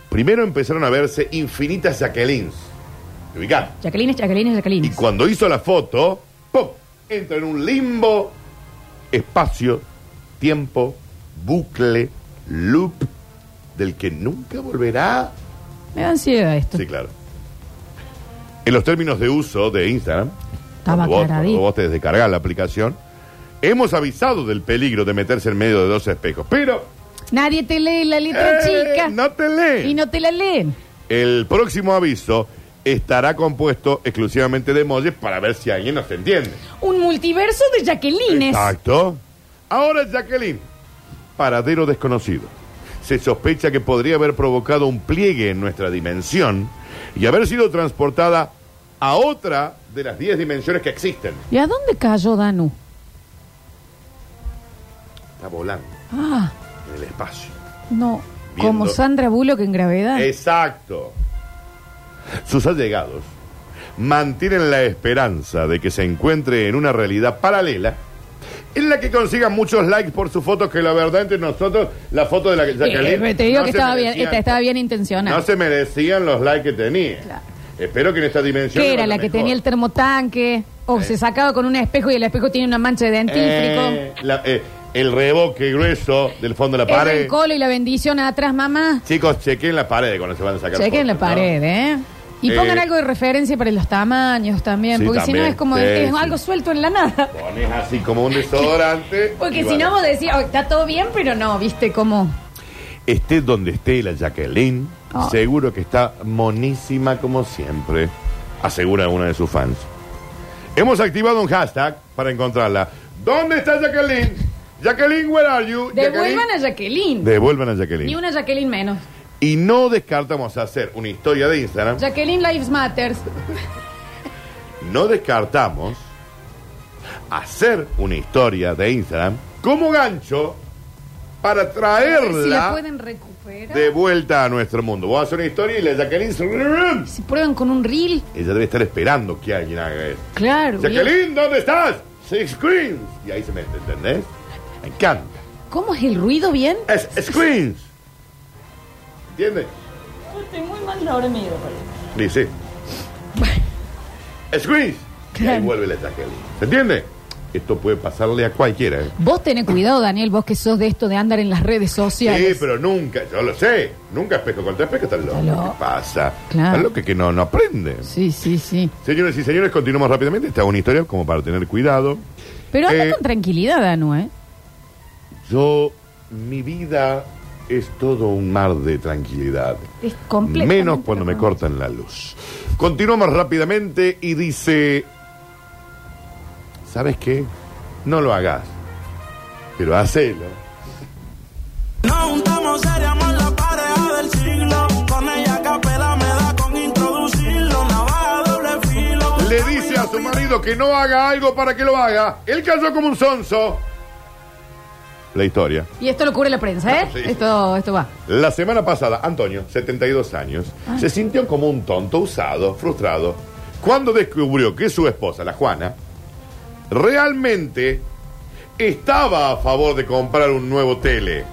Speaker 2: Primero empezaron a verse infinitas Jacquelines. ¿Te ubicás?
Speaker 1: Jacqueline es Jacqueline es
Speaker 2: Y
Speaker 1: Jacqueline.
Speaker 2: cuando hizo la foto, ¡pum! entra en un limbo, espacio, tiempo, bucle, loop, del que nunca volverá.
Speaker 1: Me da ansiedad esto.
Speaker 2: Sí, claro. En los términos de uso de Instagram,
Speaker 1: Estaba
Speaker 2: cuando vos,
Speaker 1: aclaradito.
Speaker 2: cuando vos te descargas la aplicación, hemos avisado del peligro de meterse en medio de dos espejos. Pero,
Speaker 1: Nadie te lee la letra
Speaker 2: eh,
Speaker 1: chica.
Speaker 2: no te leen.
Speaker 1: Y no te la leen.
Speaker 2: El próximo aviso estará compuesto exclusivamente de emojis para ver si alguien nos entiende.
Speaker 1: Un multiverso de Jacquelines.
Speaker 2: Exacto. Ahora Jacqueline, paradero desconocido. Se sospecha que podría haber provocado un pliegue en nuestra dimensión y haber sido transportada a otra de las 10 dimensiones que existen.
Speaker 1: ¿Y a dónde cayó Danu?
Speaker 2: Está volando
Speaker 1: Ah,
Speaker 2: en el espacio.
Speaker 1: no.
Speaker 2: Viendo. Eh,
Speaker 1: Como Sandra Bullock en gravedad.
Speaker 2: Exacto. Sus allegados mantienen la esperanza de que se encuentre en una realidad paralela en la que consigan muchos likes por sus fotos, que la verdad entre nosotros, la foto de la que Jacqueline...
Speaker 1: Eh, te digo
Speaker 2: no
Speaker 1: que
Speaker 2: se
Speaker 1: estaba bien,
Speaker 2: merecía
Speaker 1: esta- estaba bien
Speaker 2: No
Speaker 1: intencionada.
Speaker 2: se merecían los likes que tenía.
Speaker 1: Claro.
Speaker 2: Espero que en esta dimensión.
Speaker 1: que era la que tenía el termotanque. O se sacaba con un espejo y el espejo tiene una mancha de dentífrico.
Speaker 2: Eh, la- eh, el reboque grueso del fondo de la
Speaker 1: el
Speaker 2: pared.
Speaker 1: rencolo y la bendición atrás, mamá.
Speaker 2: Chicos, chequen la pared cuando se van a sacar.
Speaker 1: Chequen la
Speaker 2: fotos, ¿no?
Speaker 1: pared, ¿eh? Y pongan
Speaker 2: Eh,
Speaker 1: algo de referencia para los tamaños también,
Speaker 2: Sí,
Speaker 1: porque si no
Speaker 2: también.
Speaker 1: es como
Speaker 2: Sí,
Speaker 1: es
Speaker 2: sí.
Speaker 1: algo suelto en la nada.
Speaker 2: Pones así como un desodorante.
Speaker 1: Porque
Speaker 2: y
Speaker 1: si no
Speaker 2: bueno.
Speaker 1: vos decís, "Oh, está todo bien, pero no, viste cómo.
Speaker 2: Esté donde esté la Jacqueline,
Speaker 1: Ah.
Speaker 2: seguro que está monísima como siempre, asegura una de sus fans. Hemos activado un hashtag para encontrarla. ¿Dónde está Jacqueline? Jacqueline, where are you?
Speaker 1: Devuelvan a
Speaker 2: Jacqueline.
Speaker 1: Jacqueline.
Speaker 2: Devuelvan a Jacqueline.
Speaker 1: Ni una Jacqueline menos.
Speaker 2: Y no descartamos hacer una historia de Instagram.
Speaker 1: Jacqueline Lives Matters.
Speaker 2: No descartamos hacer una historia de Instagram como gancho para
Speaker 1: Si la
Speaker 2: traerla
Speaker 1: pueden recuperar.
Speaker 2: de vuelta a nuestro mundo. Vos haces una historia y la Jacqueline se-
Speaker 1: Si prueban con un reel.
Speaker 2: Ella debe estar esperando que alguien haga eso.
Speaker 1: Claro. bien.
Speaker 2: Jacqueline, ¿dónde estás? Six screens. Y ahí se mete, ¿entendés? Me encanta.
Speaker 1: ¿Cómo es el ruido bien?
Speaker 2: Es screens. ¿Entiendes?
Speaker 1: Estoy muy mal dormido.
Speaker 2: Dice. Squeeze. Y ahí
Speaker 1: Claro.
Speaker 2: vuelve la Jacqueline. ¿Se entiende? Esto puede pasarle a cualquiera. ¿eh?
Speaker 1: Vos tenés cuidado, Daniel, vos que sos de esto de andar en las redes sociales.
Speaker 2: Sí, pero nunca, yo lo sé. Nunca espejo contra espejo, está loco.
Speaker 1: loco.
Speaker 2: ¿Qué pasa?
Speaker 1: Claro.
Speaker 2: Está loco que no, no aprende.
Speaker 1: sí, sí. sí.
Speaker 2: Señores y señores, continuamos rápidamente. Esta es una historia como para tener cuidado.
Speaker 1: Pero anda
Speaker 2: Eh,
Speaker 1: con tranquilidad, Danu, ¿eh?
Speaker 2: Yo, mi vida es todo un mar de tranquilidad.
Speaker 1: Es completamente
Speaker 2: Menos cuando me cortan la luz. Continuamos rápidamente y dice, ¿sabes qué? No lo hagas, pero hacelo.
Speaker 5: Nos juntamos, seríamos la pareja del siglo. Con ella a capela me da con introducirlo. Navaja doble filo.
Speaker 2: Le dice a su marido que no haga algo para que lo haga. Él cayó como un sonso. La historia.
Speaker 1: Y esto lo cubre la prensa, ¿eh?
Speaker 2: Sí.
Speaker 1: Esto, esto va.
Speaker 2: La semana pasada, Antonio, 72 años, se sintió como un tonto usado, frustrado, cuando descubrió que su esposa, la Juana, realmente estaba a favor de comprar un nuevo tele,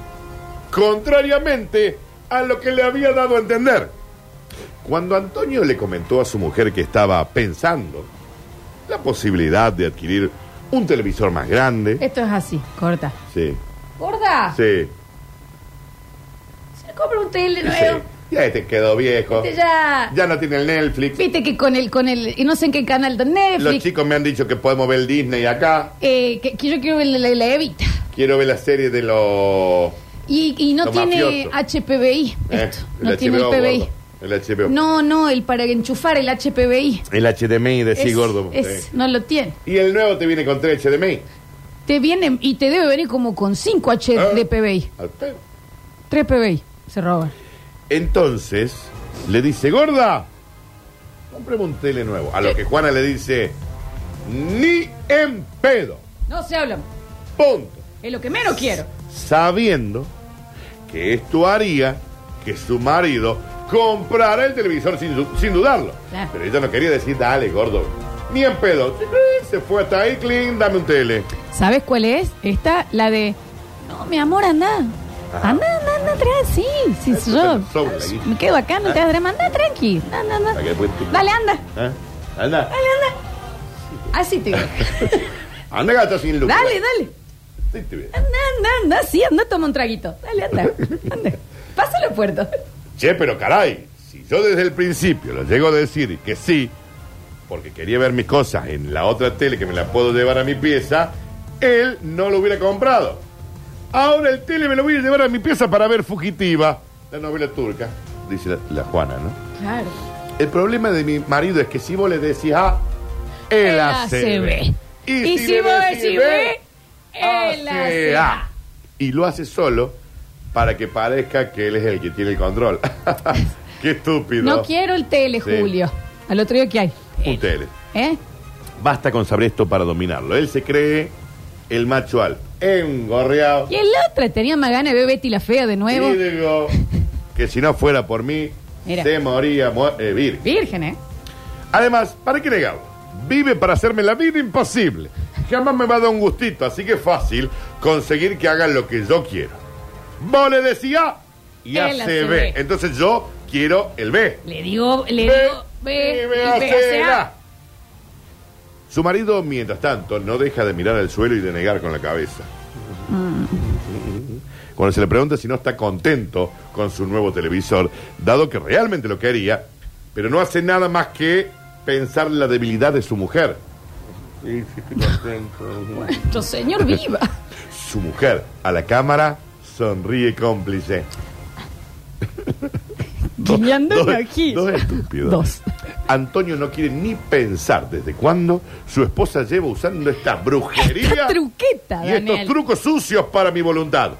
Speaker 2: contrariamente a lo que le había dado a entender. Cuando Antonio le comentó a su mujer que estaba pensando la posibilidad de adquirir un televisor más grande,
Speaker 1: Esto es así, corta.
Speaker 2: sí,
Speaker 1: ¡Gorda!
Speaker 2: sí,
Speaker 1: Se le compra un tele
Speaker 2: sí,
Speaker 1: nuevo.
Speaker 2: Ya este quedó viejo.
Speaker 1: Este ya-
Speaker 2: Ya no tiene el Netflix.
Speaker 1: Viste que con el, con el, y no sé en qué canal de
Speaker 2: Los
Speaker 1: Netflix,
Speaker 2: chicos me han dicho que podemos ver el Disney acá.
Speaker 1: eh, que, que yo quiero ver la, la- la Evita.
Speaker 2: Quiero ver la serie de los.
Speaker 1: Y, y no
Speaker 2: Lo
Speaker 1: tiene
Speaker 2: mafioso.
Speaker 1: HPBI.
Speaker 2: eh,
Speaker 1: esto. no tiene el PBI.
Speaker 2: gordo. El HBO.
Speaker 1: No, no, el para enchufar el HPBI.
Speaker 2: El HDMI, de
Speaker 1: Es-
Speaker 2: gordo.
Speaker 1: es-
Speaker 2: Sí.
Speaker 1: No lo tiene.
Speaker 2: Y el nuevo te viene con tres HDMI.
Speaker 1: Te viene y te debe venir como con 5
Speaker 2: Ah.
Speaker 1: HDPBI.
Speaker 2: Al pedo.
Speaker 1: 3 PBI. Se roba.
Speaker 2: Entonces, le dice, gorda, compremos un tele nuevo.
Speaker 1: Eh.
Speaker 2: A lo que Juana le dice, ni en pedo.
Speaker 1: No se hablan.
Speaker 2: Punto.
Speaker 1: Es lo que menos quiero.
Speaker 2: Sabiendo que esto haría que su marido comprara el televisor sin, du- sin dudarlo.
Speaker 1: Claro.
Speaker 2: Pero ella no quería decir, dale, gordo, ni en pedo. Se fue hasta ahí, clean, dame un tele.
Speaker 1: ¿Sabes cuál es? Esta, la de. No, mi amor, anda. Anda, anda, anda, atrás, sí, sí,
Speaker 2: Eso
Speaker 1: yo.
Speaker 2: está sobre la guita. Ah.
Speaker 1: Me quedo acá, no te das drama, anda tranqui. Anda, anda.
Speaker 2: Para que después te-
Speaker 1: Dale, anda,
Speaker 2: ¿Eh? Anda,
Speaker 1: dale, anda. Así te digo.
Speaker 2: anda gata sin luz.
Speaker 1: Dale, dale.
Speaker 2: Sí, te veo.
Speaker 1: Anda, anda, anda, sí, anda, toma un traguito. Dale, anda, anda. Pásalo a puerto.
Speaker 2: Che, pero caray, si yo desde el principio lo llego a decir que sí, porque quería ver mis cosas en la otra tele que me la puedo llevar a mi pieza, él no lo hubiera comprado. Ahora el tele me lo voy a llevar a mi pieza para ver Fugitiva, la novela turca, dice la, la Juana, ¿no?
Speaker 1: Claro.
Speaker 2: El problema de mi marido es que si vos le decís A, él hace B.
Speaker 1: Y, si, vos decís B,
Speaker 2: "Ah,
Speaker 1: él hace A.
Speaker 2: Y lo hace solo para que parezca que él es el que tiene el control. Qué estúpido.
Speaker 1: No quiero el tele,
Speaker 2: Sí.
Speaker 1: Julio. Al otro día, ¿qué hay?
Speaker 2: Un tele.
Speaker 1: ¿Eh?
Speaker 2: Basta con saber esto para dominarlo. Él se cree el macho alto, engorreado.
Speaker 1: Y el otro tenía más ganas de ver Betty la Fea de nuevo.
Speaker 2: Y digo que si no fuera por mí,
Speaker 1: Mira.
Speaker 2: se moría mu- eh, virgen.
Speaker 1: Virgen, ¿eh?
Speaker 2: Además, ¿para qué negarlo? Vive para hacerme la vida imposible. Jamás me va a dar un gustito, así que es fácil conseguir que hagan lo que yo quiero. Vos le decía y
Speaker 1: Él
Speaker 2: hace
Speaker 1: hace
Speaker 2: B.
Speaker 1: B.
Speaker 2: Entonces yo quiero el B.
Speaker 1: Le digo, le
Speaker 2: Ve,
Speaker 1: digo, ve, y
Speaker 2: y vea,
Speaker 1: ve,
Speaker 2: será.
Speaker 1: hace A.
Speaker 2: Su marido, mientras tanto, no deja de mirar al suelo y de negar con la cabeza. Cuando se le pregunta si no está contento con su nuevo televisor, dado que realmente lo quería, pero no hace nada más que pensar la debilidad de su mujer. Sí, sí, estoy contento.
Speaker 1: Nuestro señor viva.
Speaker 2: Su mujer, a la cámara, sonríe cómplice.
Speaker 1: Guiñándome aquí.
Speaker 2: Dos estúpidos.
Speaker 1: Dos.
Speaker 2: Antonio no quiere ni pensar desde cuándo su esposa lleva usando esta brujería
Speaker 1: Esta truqueta,
Speaker 2: y estos
Speaker 1: Daniel.
Speaker 2: trucos sucios para mi voluntad.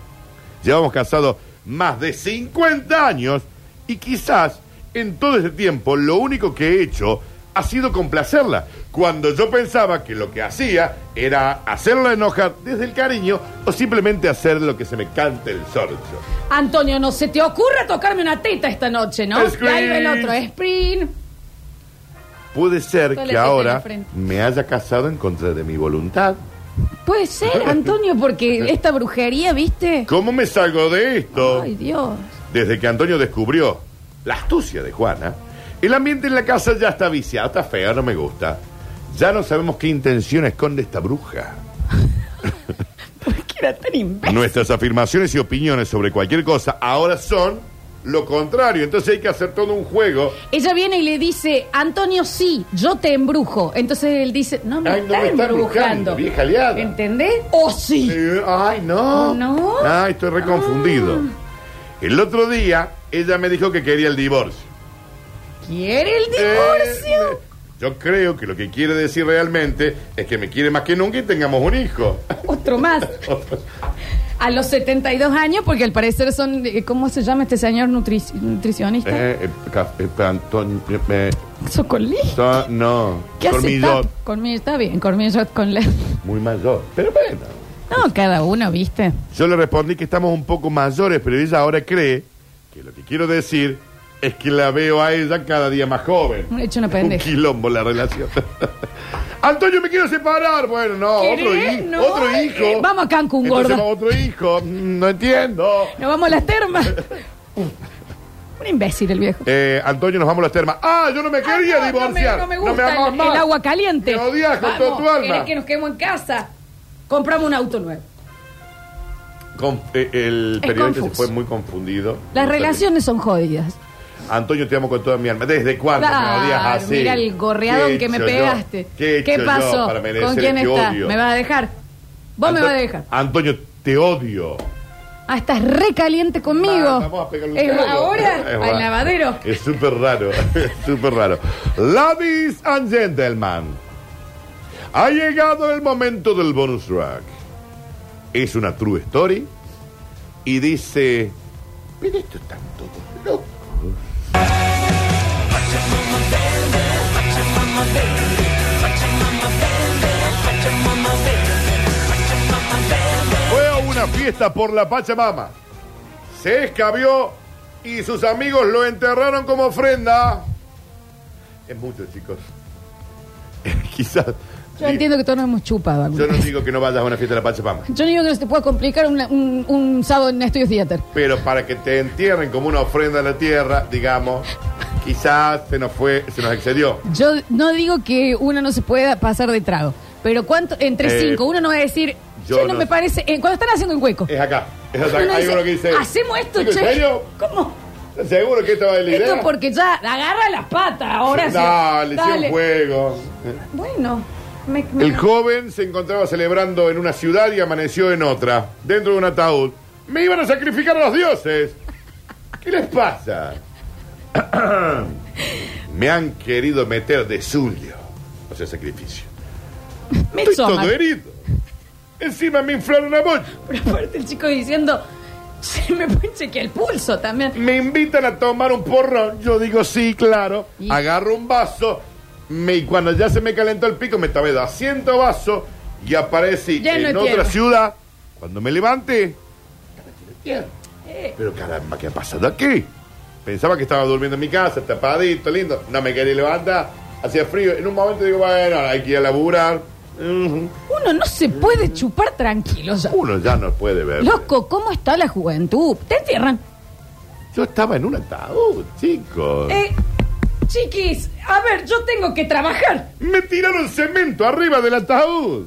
Speaker 2: Llevamos casados más de 50 años y quizás en todo ese tiempo lo único que he hecho ha sido complacerla. Cuando yo pensaba que lo que hacía era hacerla enojar desde el cariño o simplemente hacer lo que se me cante el sorcho.
Speaker 1: Antonio, no se te ocurra tocarme una teta esta noche, ¿no?
Speaker 2: Sprint.
Speaker 1: Y ahí va el otro, sprint.
Speaker 2: Puede ser
Speaker 1: Toda la teta
Speaker 2: que
Speaker 1: en la
Speaker 2: ahora
Speaker 1: frente.
Speaker 2: me haya casado en contra de mi voluntad.
Speaker 1: Puede ser, Antonio, porque esta brujería, ¿viste?
Speaker 2: ¿Cómo me salgo de esto?
Speaker 1: Ay, Dios.
Speaker 2: Desde que Antonio descubrió la astucia de Juana, el ambiente en la casa ya está viciado, está feo, no me gusta. Ya no sabemos qué intención esconde esta bruja.
Speaker 1: ¿Por qué era tan imbécil?
Speaker 2: Nuestras afirmaciones y opiniones sobre cualquier cosa ahora son lo contrario. Entonces hay que hacer todo un juego.
Speaker 1: Ella viene y le dice, Antonio, sí, yo te embrujo. Entonces él dice, no me
Speaker 2: Ay, no
Speaker 1: está
Speaker 2: me está embrujando,
Speaker 1: embrujando.
Speaker 2: vieja liada.
Speaker 1: ¿Entendés? O sí.
Speaker 2: Eh, Ay, no.
Speaker 1: Oh, no. Ah.
Speaker 2: Ay, estoy reconfundido. El otro día ella me dijo que quería el divorcio.
Speaker 1: ¿Quiere el
Speaker 2: Eh,
Speaker 1: divorcio?
Speaker 2: yo creo que lo que quiere decir realmente es que me quiere más que nunca y tengamos un hijo.
Speaker 1: Otro más. A los 72 años, porque al parecer son, eh, ¿cómo se llama este señor nutrici- nutricionista?
Speaker 2: Eh, eh, ca- eh, pa- Antonio, eh, eh,
Speaker 1: Socolí.
Speaker 2: so- no,
Speaker 1: ¿Qué hace
Speaker 2: Cormillot,
Speaker 1: tap? Colmillo, está bien, colmillo con la...
Speaker 2: muy mayor. Pero bueno,
Speaker 1: No, cada uno, ¿viste?
Speaker 2: yo le respondí que estamos un poco mayores, pero ella ahora cree que lo que quiero decir es que la veo a ella cada día más joven.
Speaker 1: Me he hecho una
Speaker 2: un
Speaker 1: pendeja.
Speaker 2: quilombo la relación. Antonio, me quiero separar. Bueno, no, otro,
Speaker 1: ¿Querés?
Speaker 2: hijo,
Speaker 1: No.
Speaker 2: otro hijo.
Speaker 1: Eh, vamos a Cancún,
Speaker 2: Entonces
Speaker 1: gordo.
Speaker 2: va Otro hijo, Mm, no entiendo.
Speaker 1: Nos vamos a las termas. Un imbécil el viejo.
Speaker 2: Eh, Antonio, nos vamos a las termas. Ah, yo no me quería
Speaker 1: Ah, no, no me-
Speaker 2: divorciar.
Speaker 1: No me, gusta
Speaker 2: amas
Speaker 1: el,
Speaker 2: más.
Speaker 1: el agua caliente.
Speaker 2: Me odias con
Speaker 1: Vamos,
Speaker 2: toda tu alma.
Speaker 1: ¿Querés que nos quedemos en casa? Compramos un auto nuevo.
Speaker 2: Con- eh, el
Speaker 1: Es
Speaker 2: periodista se
Speaker 1: confuso.
Speaker 2: fue muy confundido.
Speaker 1: Las
Speaker 2: No
Speaker 1: relaciones son jodidas.
Speaker 2: sabía. Antonio, te amo con toda mi alma. ¿Desde cuándo
Speaker 1: Claro,
Speaker 2: me odias así?
Speaker 1: mira el gorreadón
Speaker 2: ¿Qué
Speaker 1: que me
Speaker 2: he hecho
Speaker 1: pegaste.
Speaker 2: yo? ¿Qué, he hecho yo
Speaker 1: pasó?
Speaker 2: para merecer
Speaker 1: ¿Con quién
Speaker 2: este
Speaker 1: estás?
Speaker 2: odio?
Speaker 1: ¿Me vas a dejar? Vos me
Speaker 2: Anto-
Speaker 1: vas a dejar.
Speaker 2: Antonio, te odio.
Speaker 1: Ah, estás re caliente conmigo.
Speaker 2: Va, vamos a pegarle un
Speaker 1: Es
Speaker 2: trago.
Speaker 1: ahora
Speaker 2: Es Eh,
Speaker 1: al
Speaker 2: va-
Speaker 1: lavadero.
Speaker 2: Es súper raro, es súper raro. Ladies and gentlemen, ha llegado el momento del bonus track. Es una true story y dice... Pero esto están todos locos. Fue a una fiesta por la Pachamama. Se escabió y sus amigos lo enterraron como ofrenda. Es mucho, chicos. Quizás.
Speaker 1: Yo entiendo que todos nos hemos chupado alguna
Speaker 2: Yo no
Speaker 1: vez.
Speaker 2: digo que no vayas a una fiesta de la Pachamama.
Speaker 1: Yo no digo que no se te pueda complicar una- un, un sábado en Estudios Theater.
Speaker 2: Pero para que te entierren como una ofrenda a la tierra, digamos, quizás se nos fue, se nos excedió.
Speaker 1: Yo no digo que uno no se pueda pasar de trago. Pero cuánto, entre
Speaker 2: Eh,
Speaker 1: cinco, uno no va a decir, yo,
Speaker 2: yo
Speaker 1: no,
Speaker 2: no-
Speaker 1: me parece. eh, cuando están haciendo el hueco.
Speaker 2: Es acá. Es acá.
Speaker 1: Uno
Speaker 2: Hay
Speaker 1: dice,
Speaker 2: uno que dice.
Speaker 1: Hacemos esto,
Speaker 2: ¿En
Speaker 1: che.
Speaker 2: serio?
Speaker 1: ¿Cómo?
Speaker 2: ¿Seguro que esta es la idea?
Speaker 1: Esto porque ya agarra las patas, ahora sí.
Speaker 2: Dale, sí, un juego.
Speaker 1: Bueno, me, me-
Speaker 2: El joven se encontraba celebrando en una ciudad y amaneció en otra, dentro de un ataúd. ¡Me iban a sacrificar a los dioses! ¿Qué les pasa? Me han querido meter de zulio. O sea, sacrificio.
Speaker 1: me
Speaker 2: Estoy
Speaker 1: asoma.
Speaker 2: todo herido. Encima me inflaron a bocha.
Speaker 1: Pero aparte el chico diciendo, "Che, me pueden chequear el pulso también.
Speaker 2: Me invitan a tomar un porrón. Yo digo, sí, claro.
Speaker 1: Y-
Speaker 2: Agarro un vaso. me- y cuando ya se me calentó el pico, me tomé 200 vasos. Y aparecí
Speaker 1: Ya no
Speaker 2: en
Speaker 1: es
Speaker 2: otra
Speaker 1: tierra.
Speaker 2: ciudad. Cuando me levanté. Eh. Pero caramba, ¿qué ha pasado aquí? Pensaba que estaba durmiendo en mi casa, tapadito, lindo. No me quería levantar. Hacía frío. En un momento digo, bueno, hay que ir a laburar. Ujú.
Speaker 1: Uno no se puede chupar tranquilo ya.
Speaker 2: Uno ya no puede ver.
Speaker 1: Loco, ¿cómo está la juventud? Te entierran.
Speaker 2: Yo estaba en un ataúd, chicos.
Speaker 1: Eh, chiquis, a ver, yo tengo que trabajar.
Speaker 2: Me tiraron cemento arriba del ataúd.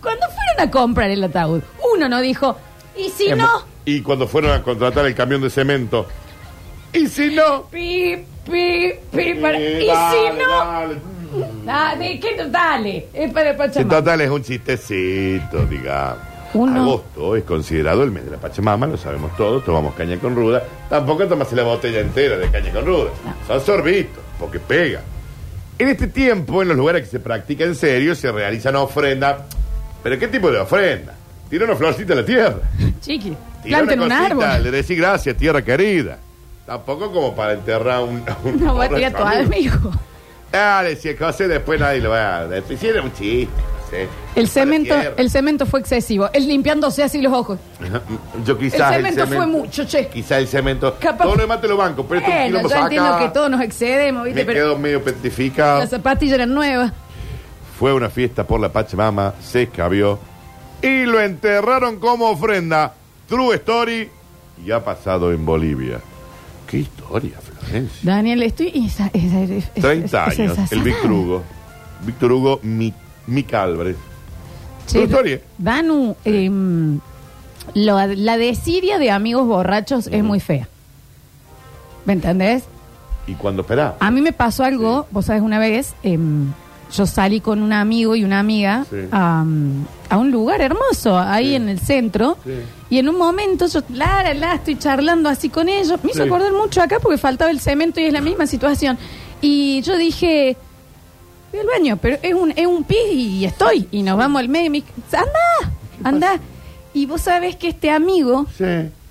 Speaker 1: Cuando fueron a comprar el ataúd, uno no dijo, ¿y si
Speaker 2: Es
Speaker 1: no?
Speaker 2: mu- Y cuando fueron a contratar el camión de cemento. Y si no.
Speaker 1: Pi, pi, pi, para-
Speaker 2: Eh,
Speaker 1: ¿Y
Speaker 2: dale,
Speaker 1: si no?
Speaker 2: dale.
Speaker 1: Dale, ¿qué? dale. Es para el
Speaker 2: Si
Speaker 1: Pachamama.
Speaker 2: total es un chistecito, digamos.
Speaker 1: Uno-
Speaker 2: Agosto es considerado el mes de la Pachamama, lo sabemos todos, tomamos caña con ruda. Tampoco tomas la botella entera de caña con ruda. Son sorbitos, porque pega. En este tiempo, en los lugares que se practica en serio, se realizan ofrendas. ¿Pero qué tipo de ofrenda? Tira una florcita a la tierra.
Speaker 1: Chiqui,
Speaker 2: Tira
Speaker 1: planten un
Speaker 2: una cosita,
Speaker 1: árbol.
Speaker 2: Le decís gracias, tierra querida. Tampoco como para enterrar un. un
Speaker 1: No voy a tirar
Speaker 2: borracho
Speaker 1: todo al
Speaker 2: amigo.
Speaker 1: hijo.
Speaker 2: Dale, si es cosa, después nadie lo va a. Después hicieron un chiste. no sé.
Speaker 1: El cemento,
Speaker 2: Para la
Speaker 1: el cemento fue excesivo. El limpiándose así los ojos.
Speaker 2: tierra. Yo
Speaker 1: El
Speaker 2: quizás.
Speaker 1: cemento, fue mucho, che.
Speaker 2: Quizás el cemento.
Speaker 1: Capaz-
Speaker 2: Todo lo demás te lo banco, pero esto es un
Speaker 1: Bueno,
Speaker 2: quilombo
Speaker 1: yo
Speaker 2: saca.
Speaker 1: entiendo que todos nos excedemos, ¿viste?
Speaker 2: Me
Speaker 1: Pero
Speaker 2: quedo medio petrificado.
Speaker 1: las zapatillas eran nuevas.
Speaker 2: Fue a una fiesta por la Pachamama, se escabió y lo enterraron como ofrenda. True story. Y ha pasado en Bolivia. ¿Qué historia, Florencia?
Speaker 1: Daniel, estoy... esa- esa- esa- esa-
Speaker 2: 30
Speaker 1: esa-
Speaker 2: años,
Speaker 1: esa-
Speaker 2: el Víctor Hugo. Víctor Hugo Mi- Mick Álvarez. True story.
Speaker 1: Danu, em, lo- la desidia de amigos borrachos es muy fea. ¿Me entendés?
Speaker 2: Y cuando esperaba.
Speaker 1: A mí me pasó algo, vos sabés, una vez em, yo salí con un amigo y una amiga
Speaker 2: Sí.
Speaker 1: a, um, a un lugar hermoso, ahí en el centro.
Speaker 2: Sí.
Speaker 1: Y en un momento yo, la, la, la, estoy charlando así con ellos. Me hizo
Speaker 2: Sí.
Speaker 1: acordar mucho acá porque faltaba el cemento y es la misma situación. Y yo dije, voy al baño, pero es un, es un pis y estoy. Y nos vamos al medio. y me dice, Anda, anda. Y vos sabés que este amigo,
Speaker 2: Sí,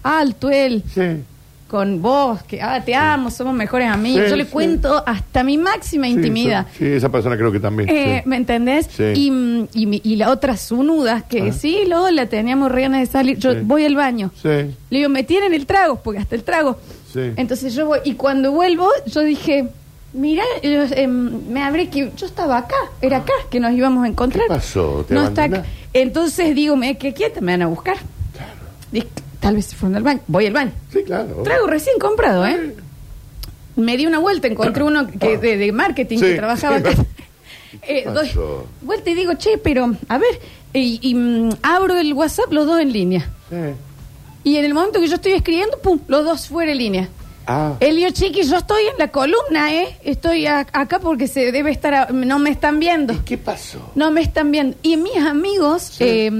Speaker 1: alto él,
Speaker 2: sí.
Speaker 1: con vos, que ah, te amo, somos mejores amigos.
Speaker 2: Sí,
Speaker 1: Yo le
Speaker 2: sí.
Speaker 1: cuento hasta mi máxima
Speaker 2: sí,
Speaker 1: intimidad.
Speaker 2: Sí, esa persona creo que también.
Speaker 1: Eh,
Speaker 2: sí.
Speaker 1: ¿Me entendés?
Speaker 2: Sí.
Speaker 1: Y, mm, y, mi- y la otra sunudas que
Speaker 2: Ah.
Speaker 1: sí, luego la teníamos re ganas de salir. Yo
Speaker 2: Sí.
Speaker 1: voy al baño.
Speaker 2: Sí.
Speaker 1: Le digo, me tienen el trago, porque hasta el trago.
Speaker 2: Sí.
Speaker 1: Entonces yo voy, y cuando vuelvo, yo dije, mirá, yo, em, me habré que. Yo estaba acá, era acá que nos íbamos a encontrar.
Speaker 2: ¿Qué pasó? ¿Te
Speaker 1: no está acá.
Speaker 2: abandonás?
Speaker 1: Entonces digo, me que quieta, me van a buscar. Dije, tal vez se fueron al baño. Voy al baño.
Speaker 2: Sí, claro.
Speaker 1: Trago recién comprado, ¿eh? Me di una vuelta, encontré uno que, de, de marketing
Speaker 2: Ah. Sí, Ah,
Speaker 1: que trabajaba
Speaker 2: sí.
Speaker 1: acá. Eh,
Speaker 2: ¿Qué
Speaker 1: doy
Speaker 2: pasó?
Speaker 1: vuelta y digo, che, pero, a ver, y, y, mm, abro el WhatsApp, los dos en línea.
Speaker 2: Sí.
Speaker 1: Y en el momento que yo estoy escribiendo, pum, los dos fuera de línea.
Speaker 2: Ah.
Speaker 1: Elio Chiqui, yo estoy en la columna, ¿eh? Estoy a- acá porque se debe estar. a- no me están viendo.
Speaker 2: ¿Qué pasó?
Speaker 1: No me están viendo. Y mis amigos eh,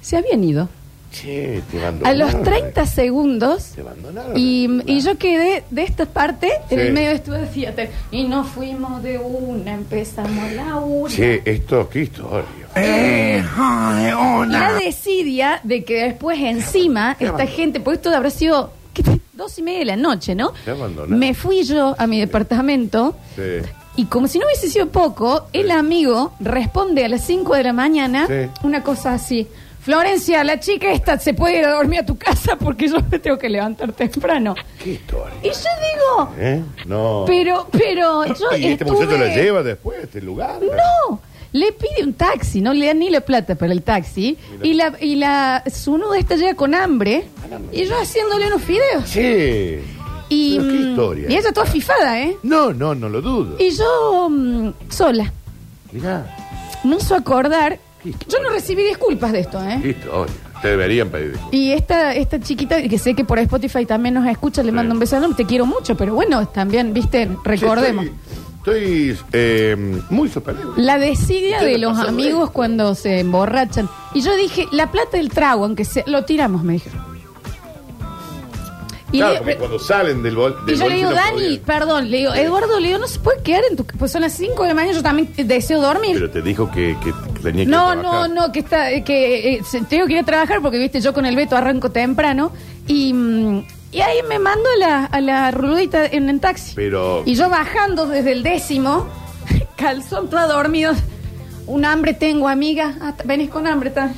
Speaker 1: se habían ido.
Speaker 2: Che, te
Speaker 1: A
Speaker 2: abandonaron.
Speaker 1: los 30 segundos.
Speaker 2: Te abandonaron.
Speaker 1: Y, y yo quedé de esta parte en
Speaker 2: Sí.
Speaker 1: el medio de Estudio Theater. Y nos fuimos de una, empezamos la una.
Speaker 2: Che, esto, qué historia.
Speaker 1: La desidia de que después encima esta gente, porque esto habrá sido ¿qué te- dos y media de la noche, ¿no?
Speaker 2: Te abandonaron.
Speaker 1: Me fui yo a mi departamento
Speaker 2: Sí.
Speaker 1: y como si no hubiese sido poco, el amigo responde a las 5 de la mañana
Speaker 2: Sí.
Speaker 1: una cosa así. Florencia, la chica esta se puede ir a dormir a tu casa porque yo me tengo que levantar temprano.
Speaker 2: Qué historia.
Speaker 1: Y yo digo,
Speaker 2: ¿Eh? No.
Speaker 1: pero, pero, yo
Speaker 2: y este
Speaker 1: estuve-
Speaker 2: muchacho la lleva después a este lugar.
Speaker 1: no, le pide un taxi, no le da ni la plata para el taxi. Y la, y la sunuda esta llega con hambre. Y yo haciéndole unos fideos.
Speaker 2: Che.
Speaker 1: Y,
Speaker 2: pero qué
Speaker 1: mm,
Speaker 2: historia.
Speaker 1: y ella toda fifada, ¿eh?
Speaker 2: No, no, no lo dudo.
Speaker 1: Y yo mm, sola.
Speaker 2: Mirá,
Speaker 1: Me hizo acordar. Yo no recibí disculpas de esto, ¿eh?
Speaker 2: qué historia. Te deberían pedir disculpas.
Speaker 1: Y esta, esta chiquita, que sé que por Spotify también nos escucha, le mando un beso enorme. Te quiero mucho, pero bueno, también, viste, recordemos.
Speaker 2: Che, Estoy, estoy, eh, muy sorprendido.
Speaker 1: La desidia
Speaker 2: ¿Qué le
Speaker 1: de los
Speaker 2: pasó a
Speaker 1: amigos
Speaker 2: esto?
Speaker 1: cuando se emborrachan. Y yo dije, la plata del trago, aunque sea, lo tiramos, me dijeron. Y,
Speaker 2: claro,
Speaker 1: le-
Speaker 2: porque cuando salen del bol.
Speaker 1: y
Speaker 2: del
Speaker 1: yo le
Speaker 2: boliche
Speaker 1: digo,
Speaker 2: no
Speaker 1: Dani,
Speaker 2: podían.
Speaker 1: perdón, le digo, Eduardo, le digo, no se puede quedar en tu casa, pues son las 5 de la mañana, yo también te- deseo dormir.
Speaker 2: Pero te dijo que, que tenía que
Speaker 1: No,
Speaker 2: ir a
Speaker 1: no,
Speaker 2: trabajar.
Speaker 1: no, que está, eh, que eh, se- tengo que ir a trabajar porque, viste, yo con el Beto arranco temprano. Y, mm, y ahí me mando a la, a la ruludita en el taxi.
Speaker 2: Pero-
Speaker 1: Y yo bajando desde el décimo, calzón todo dormido. Un hambre tengo, amiga. Ah, t- venís con hambre, tan.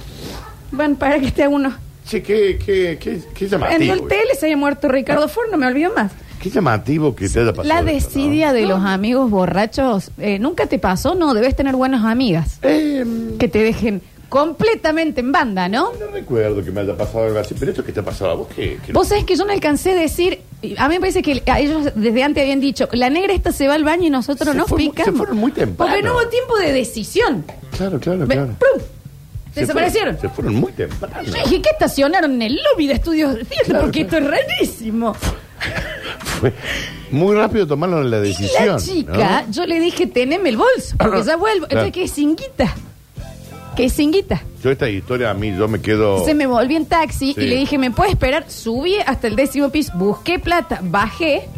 Speaker 1: Bueno, para que esté uno.
Speaker 2: Che, qué, qué, qué, qué
Speaker 1: Prendo
Speaker 2: llamativo.
Speaker 1: el tele, se había muerto Ricardo Ford, no me olvido más.
Speaker 2: Qué llamativo que te haya pasado.
Speaker 1: La
Speaker 2: esto,
Speaker 1: desidia de los amigos borrachos, eh, ¿nunca te pasó? No, debes tener buenas amigas
Speaker 2: ¿no? Eh, mm,
Speaker 1: que te dejen completamente en banda, ¿no?
Speaker 2: no recuerdo que me haya pasado algo así, pero esto que te ha pasado a vos, ¿qué? qué-
Speaker 1: Vos sabés que yo no alcancé a decir, a mí me parece que a ellos desde antes habían dicho, la negra esta se va al baño y nosotros
Speaker 2: Se
Speaker 1: nos
Speaker 2: fue mu-
Speaker 1: picamos.
Speaker 2: se fueron muy temprano.
Speaker 1: Porque no hubo tiempo de decisión.
Speaker 2: Claro, claro,
Speaker 1: Ve-
Speaker 2: claro.
Speaker 1: ¡Prum!
Speaker 2: Se
Speaker 1: Desaparecieron.
Speaker 2: fueron- se fueron muy temprano.
Speaker 1: Yo dije, ¿qué estacionaron en el lobby de estudios de fiesta? Porque esto es rarísimo.
Speaker 2: Fue muy rápido tomaron la
Speaker 1: Y
Speaker 2: decisión.
Speaker 1: la chica, yo le dije, teneme el bolso, porque ya vuelvo. Entonces,
Speaker 2: Claro.
Speaker 1: que es cinguita. Que es cinguita.
Speaker 2: ¿no? Yo esta historia a mí, yo me quedo.
Speaker 1: Se me volví en taxi
Speaker 2: Sí.
Speaker 1: y le dije, ¿me puede esperar? Subí hasta el décimo piso, busqué plata, bajé.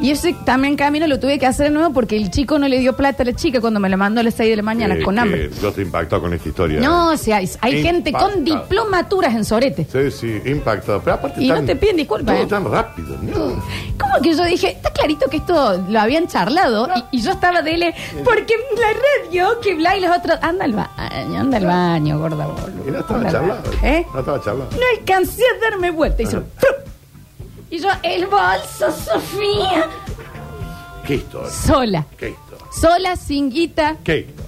Speaker 1: Y ese también camino lo tuve que hacer de nuevo porque el chico no le dio plata a la chica cuando me la mandó a las 6 de la mañana
Speaker 2: Eh,
Speaker 1: con
Speaker 2: que
Speaker 1: hambre.
Speaker 2: Yo estoy impactado con esta historia.
Speaker 1: No, o sea, hay, hay gente con
Speaker 2: Impactado.
Speaker 1: diplomaturas en Sorete.
Speaker 2: Sí, sí, impactado. Pero aparte
Speaker 1: Y no
Speaker 2: tan-
Speaker 1: te piden disculpas,
Speaker 2: Todo
Speaker 1: ¿eh?
Speaker 2: tan rápido, ¿no?
Speaker 1: ¿Cómo que yo dije? Está clarito que esto lo habían charlado y, y yo estaba dele porque la radio que bla y los otros. Anda al baño, anda al baño, gorda boludo.
Speaker 2: Y no
Speaker 1: Anda
Speaker 2: estaba
Speaker 1: al
Speaker 2: charlado.
Speaker 1: baño, ¿eh?
Speaker 2: No estaba charlado.
Speaker 1: No alcancé a darme vuelta. Y, solo, ¡prum! y yo, el bolso, Sofía.
Speaker 2: ¿Qué historia?
Speaker 1: Sola.
Speaker 2: ¿Qué historia?
Speaker 1: Sola, sin guita.
Speaker 2: ¿Qué historia?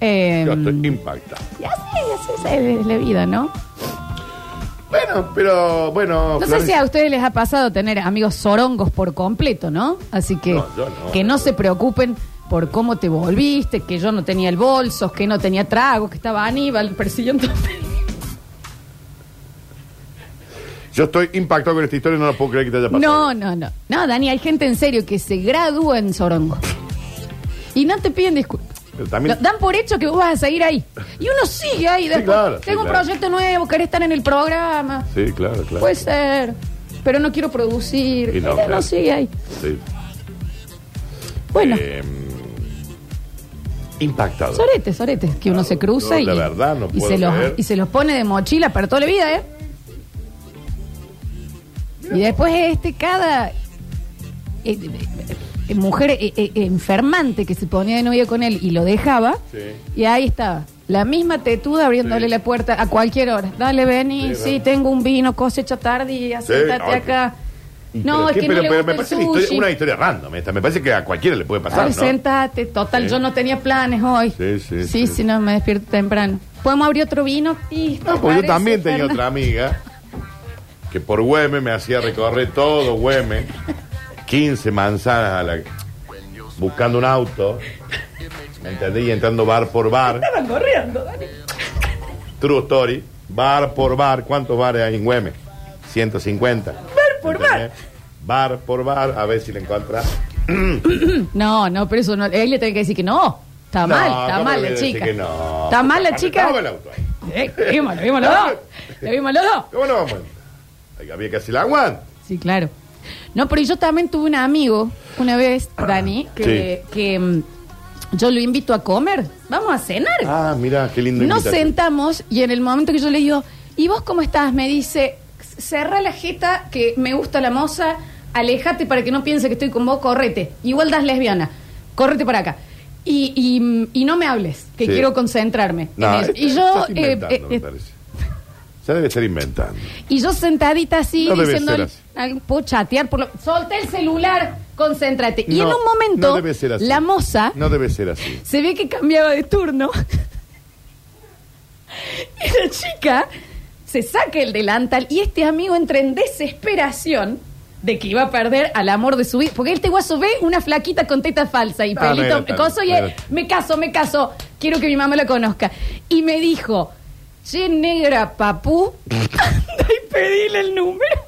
Speaker 1: eh,
Speaker 2: Yo estoy impactado.
Speaker 1: y así, así es la vida, ¿no?
Speaker 2: Bueno, pero bueno.
Speaker 1: No sé si
Speaker 2: Florencia,
Speaker 1: a ustedes les ha pasado tener amigos sorongos por completo, ¿no? Así que
Speaker 2: No, yo no.
Speaker 1: que no se preocupen por cómo te volviste, que yo no tenía el bolso, que no tenía trago, que estaba Aníbal persiguiendo.
Speaker 2: Yo estoy impactado con esta historia y no la puedo creer que te haya
Speaker 1: No,
Speaker 2: pasado.
Speaker 1: no, no. No, Dani, hay gente en serio que se gradúa en sorongo. Y no te piden disculpas.
Speaker 2: Pero también.
Speaker 1: Lo- dan por hecho que vos vas a seguir ahí. Y uno sigue ahí. Después,
Speaker 2: claro, sí,
Speaker 1: tengo un
Speaker 2: claro.
Speaker 1: proyecto nuevo, querés estar en el programa.
Speaker 2: Sí, claro, claro.
Speaker 1: Puede ser, pero no quiero producir.
Speaker 2: Y no,
Speaker 1: Mira, no,
Speaker 2: claro.
Speaker 1: sigue ahí.
Speaker 2: Sí.
Speaker 1: Bueno,
Speaker 2: Eh, impactado.
Speaker 1: sorete, sorete, que uno se cruza
Speaker 2: yo,
Speaker 1: y,
Speaker 2: la verdad, Ah, no
Speaker 1: y,
Speaker 2: puedo
Speaker 1: se los,
Speaker 2: creer.
Speaker 1: y se los pone de mochila para toda la vida, ¿eh? Y después este, cada eh, eh, eh, mujer eh, eh, enfermante que se ponía de novia con él y lo dejaba,
Speaker 2: Sí.
Speaker 1: y ahí estaba. La misma tetuda abriéndole
Speaker 2: Sí.
Speaker 1: la puerta a cualquier hora. Dale, vení,
Speaker 2: Sí,
Speaker 1: sí,
Speaker 2: dale.
Speaker 1: tengo un vino, cosecha tarde y acéntate
Speaker 2: ay,
Speaker 1: acá.
Speaker 2: Y
Speaker 1: No,
Speaker 2: pero
Speaker 1: es
Speaker 2: qué-
Speaker 1: que
Speaker 2: pero-
Speaker 1: no le
Speaker 2: pero
Speaker 1: gusta
Speaker 2: me
Speaker 1: el
Speaker 2: parece una historia,
Speaker 1: sushi.
Speaker 2: una historia random esta. Me parece que a cualquiera le puede pasar,
Speaker 1: Dale,
Speaker 2: ¿no?
Speaker 1: sentate. Total,
Speaker 2: Sí.
Speaker 1: yo no tenía planes hoy.
Speaker 2: Sí, sí, sí.
Speaker 1: Sí, si no me despierto temprano. ¿Podemos abrir otro vino? Sí,
Speaker 2: No,
Speaker 1: ¿te
Speaker 2: pues yo
Speaker 1: parece,
Speaker 2: también tenía
Speaker 1: Fernando?
Speaker 2: otra amiga que por Güeme me hacía recorrer todo Güeme, 15 manzanas a la- buscando un auto, ¿me entendés? Y entrando bar por bar. Estaban corriendo, True story, bar por bar. ¿Cuántos bares hay en Güeme? 150. Bar
Speaker 1: por bar.
Speaker 2: Bar por bar, a ver si le encuentras.
Speaker 1: No, no, pero eso no. Ahí le tengo que decir que no. Está
Speaker 2: No,
Speaker 1: mal, está
Speaker 2: ¿cómo
Speaker 1: mal la
Speaker 2: le voy a decir
Speaker 1: chica.
Speaker 2: que no?
Speaker 1: Está mal la
Speaker 2: Dame,
Speaker 1: chica.
Speaker 2: dame el auto ahí.
Speaker 1: Eh, lo vimos, lo vimos los dos. Lo vimos los dos.
Speaker 2: ¿Cómo no vamos? Hay- Había que hacer el aguante.
Speaker 1: Sí, claro. No, pero yo también tuve un amigo una vez, Dani, que, que, mm, yo lo invito a comer. Vamos a cenar.
Speaker 2: Ah, mira, qué lindo.
Speaker 1: Nos
Speaker 2: invitación.
Speaker 1: sentamos y en el momento que yo le digo, ¿y vos cómo estás? Me dice, cerra la jeta que me gusta la moza, alejate para que no piense que estoy con vos, correte. Igual das lesbiana, correte para acá. Y, y- y no me hables, que
Speaker 2: Sí.
Speaker 1: quiero concentrarme. en
Speaker 2: No,
Speaker 1: eso".
Speaker 2: está-
Speaker 1: y yo
Speaker 2: estás
Speaker 1: eh,
Speaker 2: inventando,
Speaker 1: eh,
Speaker 2: me parece. Ya debe estar inventando.
Speaker 1: y yo sentadita así
Speaker 2: No debe
Speaker 1: diciendo,
Speaker 2: ser así.
Speaker 1: "Ay, puedo chatear por lo... Solta el celular, concéntrate. y en
Speaker 2: No,
Speaker 1: un momento,
Speaker 2: no debe ser así.
Speaker 1: la moza
Speaker 2: No debe ser así.
Speaker 1: se ve que cambiaba de turno. y la chica se saca el delantal y este amigo entra en desesperación de que iba a perder al amor de su vida. Porque este guaso ve una flaquita con teta falsa y
Speaker 2: Ah, no
Speaker 1: pelito
Speaker 2: era tan-
Speaker 1: coso y
Speaker 2: no era
Speaker 1: él,
Speaker 2: tan-
Speaker 1: me caso, me caso, quiero que mi mamá la conozca. Y me dijo, che, negra papú, anda y pedile el número.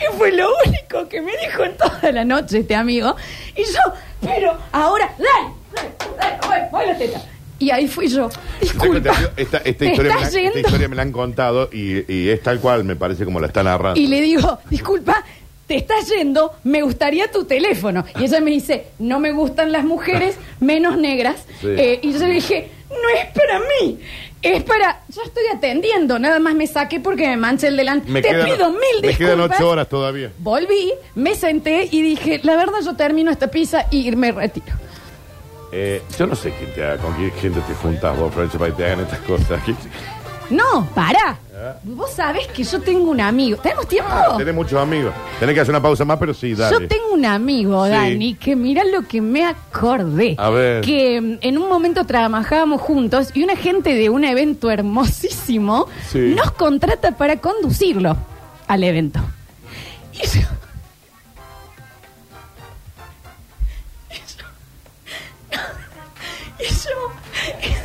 Speaker 1: Y fue lo único que me dijo en toda la noche este amigo. Y yo, pero ahora, dale, dale, dale, voy, voy la teta. Y ahí fui yo. Disculpa.
Speaker 2: Esta, esta
Speaker 1: te
Speaker 2: historia me la,
Speaker 1: estás
Speaker 2: esta
Speaker 1: yendo.
Speaker 2: historia me la han contado y, y es tal cual, me parece como la están narrando.
Speaker 1: Y le digo, disculpa, te estás yendo, me gustaría tu teléfono. Y ella me dice, no me gustan las mujeres menos negras.
Speaker 2: Sí.
Speaker 1: Eh, y yo le dije, no es para mí. Es para, yo estoy atendiendo, nada más me saqué porque me manché el delante.
Speaker 2: me
Speaker 1: Te
Speaker 2: quedan,
Speaker 1: pido mil
Speaker 2: me
Speaker 1: disculpas.
Speaker 2: quedan ocho horas todavía.
Speaker 1: Volví, me senté y dije, la verdad yo termino esta pizza y me retiro.
Speaker 2: Eh, yo no sé quién te haga, con quién gente te juntas vos, Florencia, para que te hagan estas cosas. ¿Quién-
Speaker 1: No, pará. Vos sabés que yo tengo un amigo. ¿Tenemos tiempo?
Speaker 2: ¿Eh? Ah, tenés muchos amigos. Tenés que hacer una pausa más, pero sí, dale.
Speaker 1: Yo tengo un amigo,
Speaker 2: Sí.
Speaker 1: Dani, que mira lo que me acordé.
Speaker 2: A ver.
Speaker 1: Que mm, en un momento trabajábamos juntos y una gente de un evento hermosísimo
Speaker 2: Sí.
Speaker 1: nos contrata para conducirlo al evento. Y yo. Y yo. Y yo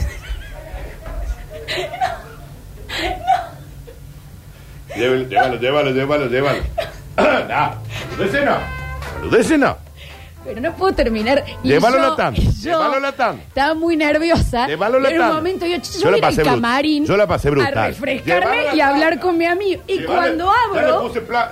Speaker 2: Llévalo, llévalo, llévalo, llévalo, llévalo. nah, saludece no. Saludece no.
Speaker 1: Pero no puedo terminar. Y
Speaker 2: Llévalo
Speaker 1: yo-
Speaker 2: a la TAM,
Speaker 1: y yo
Speaker 2: llévalo a la TAM.
Speaker 1: Estaba muy nerviosa.
Speaker 2: Llévalo a la
Speaker 1: Y En un
Speaker 2: TAM.
Speaker 1: momento yo, yo,
Speaker 2: Yo la
Speaker 1: voy a ir al
Speaker 2: pasé brut-
Speaker 1: camarín.
Speaker 2: yo la pasé brutal.
Speaker 1: A refrescarme
Speaker 2: Llévalo a la
Speaker 1: y
Speaker 2: TAM.
Speaker 1: hablar con mi amigo. Y
Speaker 2: Llévalo-
Speaker 1: cuando
Speaker 2: Ya le
Speaker 1: abro.
Speaker 2: puse pla-